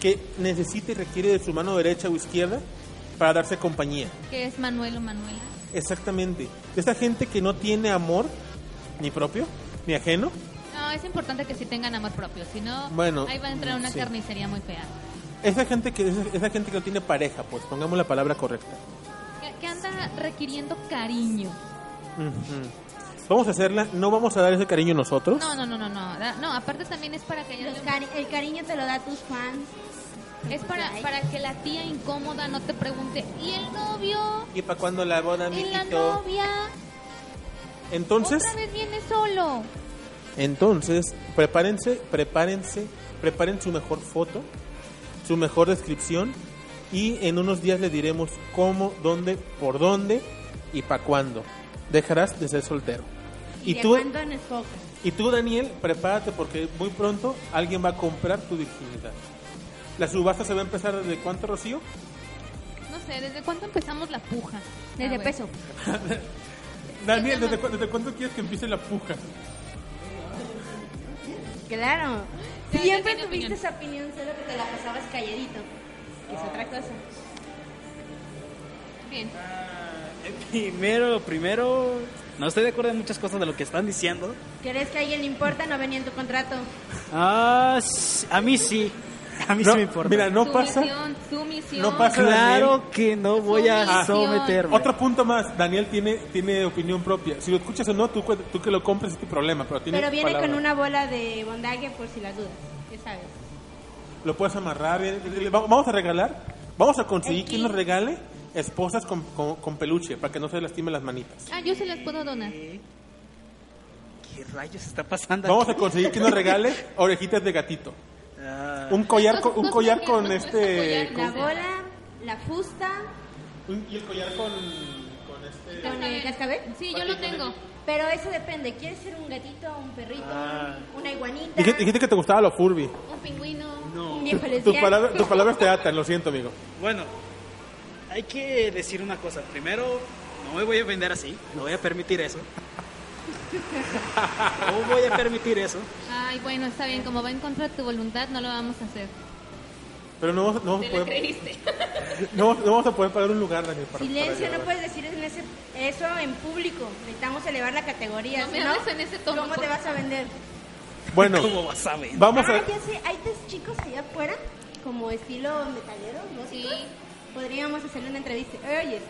que necesita y requiere de su mano derecha o izquierda para darse compañía. Que es Manuel o Manuela. Exactamente. Esta gente que no tiene amor, ni propio, ni ajeno, No, es importante que sí tengan amor propio. Si no, Bueno, ahí va a entrar una sí. carnicería muy fea. esa gente que, esa, esa gente que no tiene pareja, pues pongamos la palabra correcta. Que, que anda requiriendo cariño. Ujú. Vamos a hacerla, no vamos a dar ese cariño nosotros. No, no, no, no, no. Da- No, aparte también es para que haya- Los cari- el cariño te lo da tus fans. es para, para que la tía incómoda no te pregunte, ¿y el novio? ¿Y para cuando la boda, ¿Y la Ah, mijito? novia? Entonces, ¿Otra vez viene solo? entonces, prepárense, prepárense, preparen su mejor foto, su mejor descripción y en unos días le diremos cómo, dónde, por dónde y para cuándo. Dejarás de ser soltero. Y, Y de tú, cuando en esfoca. y tú, Daniel, prepárate porque muy pronto alguien va a comprar tu virginidad. La subasta se va a empezar desde cuánto, Rocío? No sé, ¿desde cuándo empezamos la puja? Ah, Desde A ver. peso. Daniel, ¿desde, cu- desde cuándo quieres que empiece la puja? Claro. Ya, ya Siempre tiene tuviste opinión. esa opinión, solo que te la pasabas calladito. Que es otra cosa. Bien. Primero, lo primero, no estoy de acuerdo en muchas cosas de lo que están diciendo. ¿Crees que a alguien le importa? No venía en tu contrato. Ah, sí, a mí sí. A mí sí me importa. mira, no Tu pasa- misión, tu misión. No pasa Claro Daniel. que no voy a Ah, someterme. Otro punto más. Daniel tiene, tiene opinión propia. Si lo escuchas o no, tú, cu- tú que lo compres es tu problema. Pero, tiene Pero viene palabra. con una bola de bondaje por si las dudas. Ya sabes. Lo puedes amarrar. viene- le- va- Vamos a regalar. Vamos a conseguir que nos regale esposas con, con- con peluche para que no se lastimen las manitas. Ah, yo se las puedo donar. ¿Qué rayos está pasando? Vamos a aquí? conseguir que nos [LAUGHS] regale orejitas de gatito. Ah. Un collar con, un collar con este. La con- bola, la fusta, un- y el collar con, con este. con el cascabel. Sí, yo lo tengo. Pero eso depende. ¿Quieres ser un gatito, un perrito, Ah. un- una iguanita, Dije- Dijiste que te gustaba lo furby. un pingüino, No. un viejo Tus lesbiano? palabras, tus palabras te atan, lo siento, amigo. Bueno, hay que decir una cosa. Primero, no me voy a vender así. No voy a permitir eso. [LAUGHS] No voy a permitir eso. Ay, bueno, está bien. Como va en contra de tu voluntad, no lo vamos a hacer. Pero no, vamos- no vamos Te a la poder, creíste. [LAUGHS] no, no vamos a poder pagar un lugar, Daniel. para- para Silencio, no grabar. puedes decir en ese- eso en público. Necesitamos elevar la categoría. No me si ¿no? hables en ese tono, ¿Cómo te por vas a vender? Bueno, ¿Cómo vas a ver? vamos ah, a. ya sé, hay tres chicos allá afuera, como estilo metalero, músicos. Podríamos hacerle una entrevista. Oye,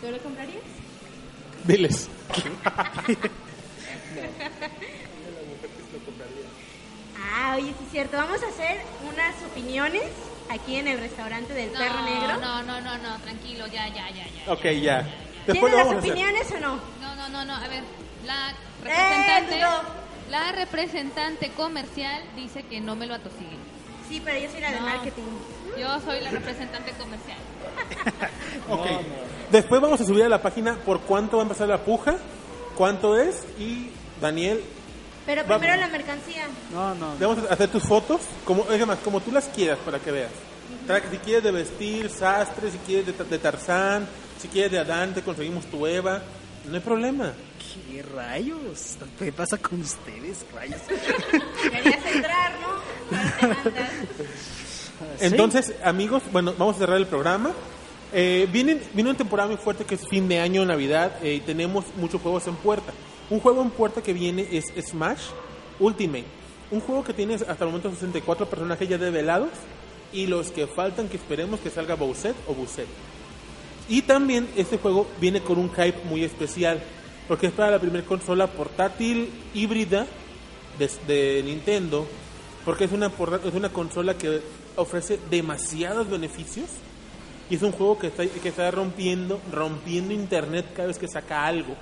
¿tú lo comprarías? Diles. Ah, oye, sí es cierto. Vamos a hacer unas opiniones aquí en el restaurante del No, perro negro. No, no, no, no, tranquilo, ya, ya, ya, ya. Ok, ya. Después ¿Tienes lo las vamos a hacer. opiniones o no? No, no, no, no, a ver, la ¡Eh, representante, no! la representante comercial dice que no me lo atosiguen. Sí, pero yo soy la de No. marketing. Yo soy la representante comercial. Ok. Después vamos a subir a la página por cuánto va a empezar la puja, cuánto es y Daniel, Pero Vamos. primero la mercancía. No, no. le vamos a hacer tus fotos, como es más, como tú las quieras para que veas. Para que si quieres de vestir, sastre, si quieres de, ta- de Tarzán, si quieres de Adán, te conseguimos tu Eva, no hay problema. ¿Qué rayos? ¿Qué pasa con ustedes, rayos? [LAUGHS] Querías entrar, ¿no? Pero te mandas. Entonces, amigos, bueno, vamos a cerrar el programa. Eh, viene, viene una temporada muy fuerte que es fin de año, Navidad, eh, y tenemos muchos juegos en puerta. Un juego en puerta que viene es Smash Ultimate. Un juego que tiene hasta el momento 64 personajes ya develados y los que faltan que esperemos que salga Bowset o Bowset. Y también este juego viene con un hype muy especial, porque es para la primera consola portátil híbrida de, de Nintendo, porque es una, porra- es una consola que ofrece demasiados beneficios y es un juego que está, que está rompiendo, rompiendo internet cada vez que saca algo.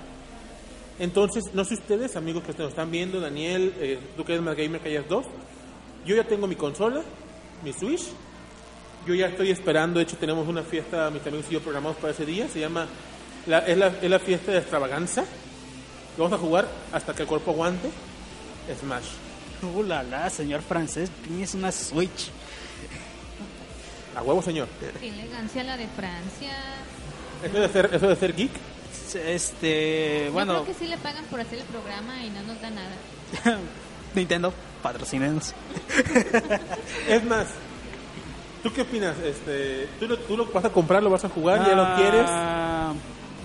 Entonces, no sé ustedes, amigos que nos están viendo, Daniel, eh, tú que eres más gamer que hayas dos, yo ya tengo mi consola, mi Switch, yo ya estoy esperando, de hecho tenemos una fiesta, mis amigos y yo programamos para ese día, se llama, la- es, la, es la fiesta de extravaganza, y vamos a jugar hasta que el cuerpo aguante, Smash. Uh, la, la, señor francés, tienes una Switch. A huevo, señor. Qué elegancia la de Francia. Eso de ser, eso de ser geek, Este, Yo bueno, creo que sí le pagan por hacer el programa y no nos da nada. Nintendo, patrocínenos. es más, ¿tú qué opinas? Este, ¿tú, lo, ¿Tú lo vas a comprar, lo vas a jugar, ya lo quieres? Ah,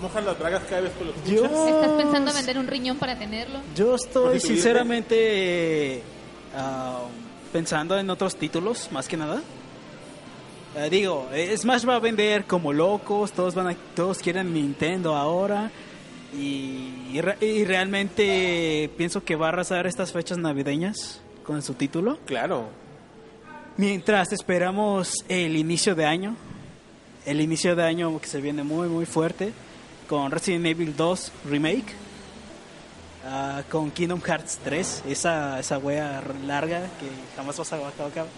Mojas las dragas cada vez que lo escuchas. Yo, ¿Estás pensando vender un riñón para tenerlo? yo Porque estoy tuviste- sinceramente eh, ah, pensando en otros títulos, más que nada. Ah, digo, eh, Smash va a vender como locos, todos van a, todos quieren Nintendo ahora. Y, y re- y realmente pienso que va a arrasar estas fechas navideñas con su título. Claro. Mientras esperamos el inicio de año, el inicio de año que se viene muy muy fuerte con Resident Evil 2 Remake, ah, con Kingdom Hearts 3, esa, esa wea r- larga que jamás vas a acabar.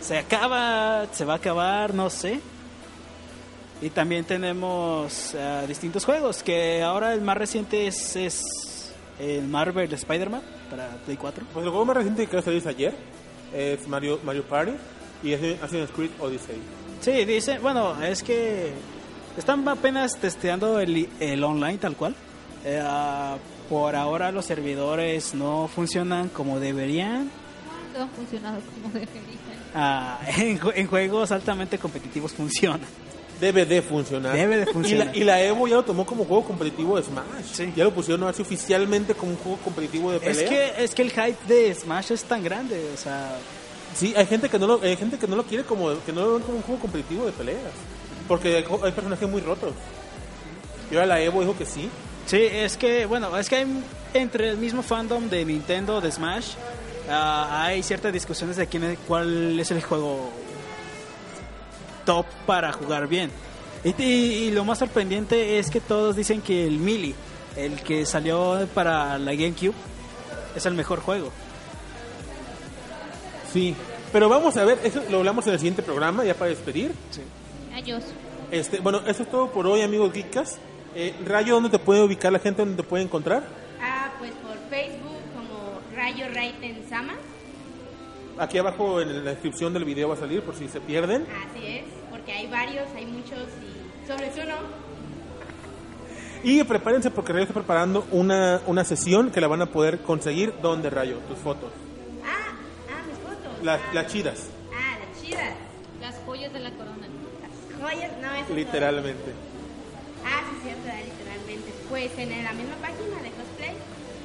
Se acaba, se va a acabar, no sé. Y también tenemos ah, distintos juegos, que ahora el más reciente es, es el Marvel Spider-Man para Play 4. Pues el juego más reciente que salió es ayer es Mario, Mario Party y es de Assassin's Creed Odyssey. Sí, dice, bueno, es que están apenas testeando el, el online tal cual. Eh, ah, por ahora los servidores no funcionan como deberían Todo ha funcionado como debería. [LAUGHS] Ah, en, jue- en juegos altamente competitivos funciona. Debe de funcionar. Debe de Y funcionar. la, y la Evo ya lo tomó como juego competitivo de Smash. Ya lo pusieron así oficialmente como un juego competitivo de Es pelea. que, es que el hype de Smash es tan grande, o sea, Sí, hay gente que no lo, hay gente que no lo quiere como, que no lo ven como un juego competitivo de peleas. Porque hay, jo- hay personajes muy rotos. Y ahora la Evo dijo que sí. Sí, es que, bueno, es que hay, entre el mismo fandom de Nintendo, de Smash, ah, hay ciertas discusiones de quién es, cuál es el juego top para jugar bien. Y, y- y lo más sorprendente es que todos dicen que el Melee, el que salió para la GameCube, es el mejor juego. Sí. Pero vamos a ver, eso lo hablamos en el siguiente programa, ya para despedir. Adiós. Este, bueno, eso es todo por hoy, amigos Geekas. Eh, Rayo, ¿dónde te puede ubicar la gente? ¿Dónde te puede encontrar? Ah, pues por Facebook como Rayo Raiten Sama. Aquí abajo en la descripción del video va a salir por si se pierden. Así es, porque hay varios, hay muchos y sobre todo uno. Y prepárense porque Rayo está preparando una, una sesión que la van a poder conseguir. ¿Dónde, Rayo? Tus fotos. Ah, mis fotos. Las, las chidas, Ah, las chidas. Las joyas de la corona. Las joyas, no, eso es literalmente. todo. Ah, sí, cierto, ah, literalmente. Pues en la misma página de cosplay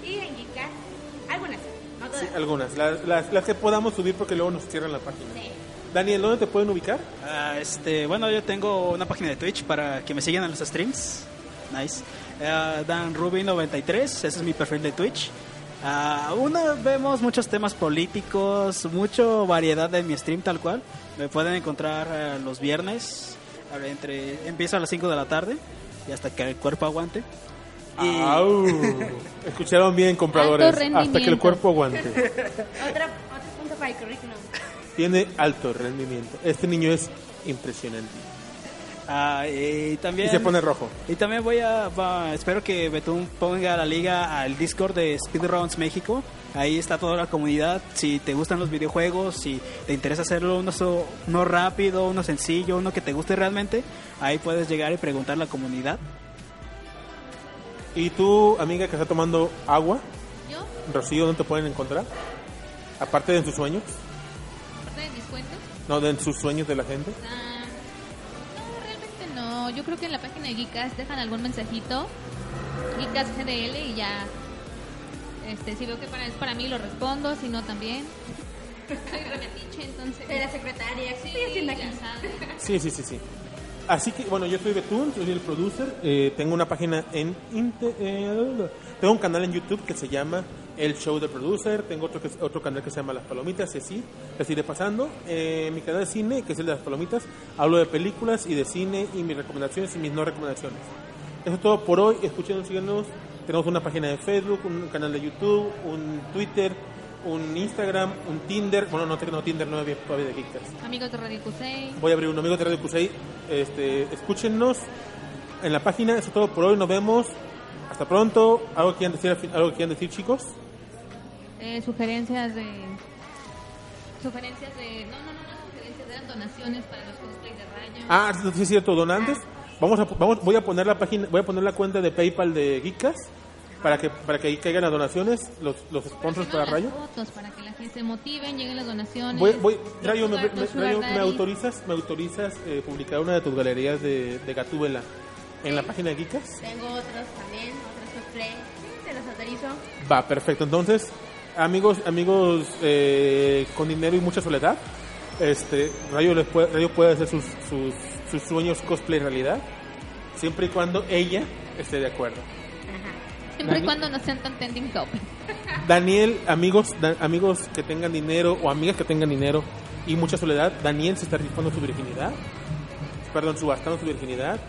y en Geekcast. Algunas, no todas. Sí, algunas. Las, las, las que podamos subir porque luego nos cierran la página. Sí. Daniel, ¿dónde te pueden ubicar? Ah, este, bueno, yo tengo una página de Twitch para que me sigan en los streams. Nice. Ah, Dan Ruby93, ese es mi perfil de Twitch. Ah, uno, vemos muchos temas políticos, mucho variedad de mi stream tal cual. Me pueden encontrar eh, los viernes, a ver, entre empieza a las 5 de la tarde y hasta que el cuerpo aguante. Y- Au. [LAUGHS] Escucharon bien, compradores. Alto Hasta que el rendimiento. cuerpo aguante. Otra, otro punto para el currículum. Tiene alto rendimiento. Este niño es impresionante. Ah, y también Y se pone rojo. Y también voy a, va- espero que Betún ponga la liga al Discord de Speedruns México. Ahí está toda la comunidad. Si te gustan los videojuegos, si te interesa hacerlo uno, so- uno rápido, uno sencillo, uno que te guste realmente, ahí puedes llegar y preguntar a la comunidad. ¿Y tú, amiga que está tomando agua? Yo, Rocío, ¿dónde te pueden encontrar? Aparte de en sus sueños. aparte de mis cuentos, No, de en sus sueños de la gente. ah, no, realmente no. Yo creo que en la página de Geekas dejan algún mensajito. Geekas GDL y ya. Este, si veo que para, es para mí, lo respondo. Si no, también. Soy remetiche, entonces. Soy la secretaria, ¿qué estoy haciendo aquí? ya saben. Sí, sí, sí, sí. Así que, bueno, yo soy Betún, soy el producer. eh, tengo una página en... Inte- eh, tengo un canal en YouTube que se llama El Show del Producer. Tengo otro, que, otro canal que se llama Las Palomitas, ese sí, les iré pasando. Eh, mi canal de cine, que es el de Las Palomitas, hablo de películas y de cine y mis recomendaciones y mis no recomendaciones. Eso es todo por hoy. Escúchenos, síganos. Tenemos una página de Facebook, un canal de YouTube, un Twitter, un Instagram, un Tinder. Bueno, no, no Tinder, no había todavía de Geekcast Amigos de Radio Cusei. voy a abrir un amigo de Radio Cusei. Este, escúchenos en la página. Eso es todo por hoy. Nos vemos. Hasta pronto. ¿Algo que quieran decir, al fin- algo que quieran decir chicos? Eh, sugerencias de. Sugerencias de. No, no, no, no, sugerencias. Eran donaciones para los cosplays de Rayo. Ah, sí, sí es cierto, donantes. Vamos a, vamos, voy a poner la página, voy a poner la cuenta de PayPal de Geekas para que para que ahí caigan las donaciones, los, los sponsors para Suban Rayo. las fotos para que la gente se motiven, lleguen las donaciones. Voy, voy, Rayo, me, Sugar- me- Sugar Rayo, ¿me Daddy. autorizas, me autorizas eh, publicar una de tus galerías de, de Gatúbela en la página de Geekas? Tengo otros también, otros cosplay. Sí, se los autorizo. Va, perfecto. Entonces, amigos, amigos eh, con dinero y mucha soledad, este, Rayo, les puede, Rayo puede hacer sus, sus, sus sueños cosplay realidad, siempre y cuando ella esté de acuerdo. Siempre y Dani- cuando no sean tan trending top. Daniel, amigos, da- amigos que tengan dinero o amigas que tengan dinero y mucha soledad, Daniel se está rifando su virginidad, perdón, subastando su virginidad.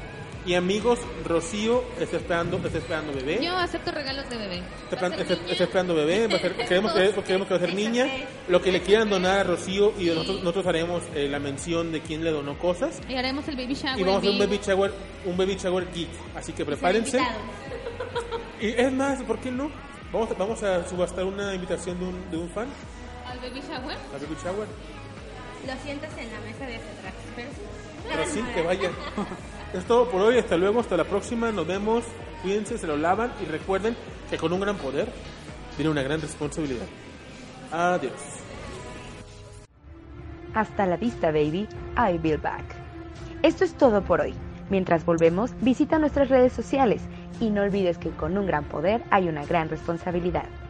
Y amigos, Rocío está esperando, está esperando bebé. Yo acepto regalos de bebé. Está, ¿Eh? Este plan- está- está esperando bebé, va a ser- queremos, que, queremos que va a ser niña. Lo que le quieran donar a Rocío y nosotros, nosotros haremos eh, la mención de quién le donó cosas. Y haremos el baby shower. Y vamos a hacer un en vivo. baby shower, un baby shower geek. Así que prepárense. Y es más, ¿por qué no? Vamos a, vamos a subastar una invitación de un, de un fan Al baby shower. al baby shower. Lo sientas en la mesa de atrás. Pero sí. Pero sí, que vaya. Es todo por hoy. Hasta luego, hasta la próxima. Nos vemos. Cuídense, se lo lavan y recuerden que con un gran poder viene una gran responsabilidad. Adiós. Hasta la vista, baby. I will back. Esto es todo por hoy. Mientras volvemos, visita nuestras redes sociales y no olvides que con un gran poder hay una gran responsabilidad.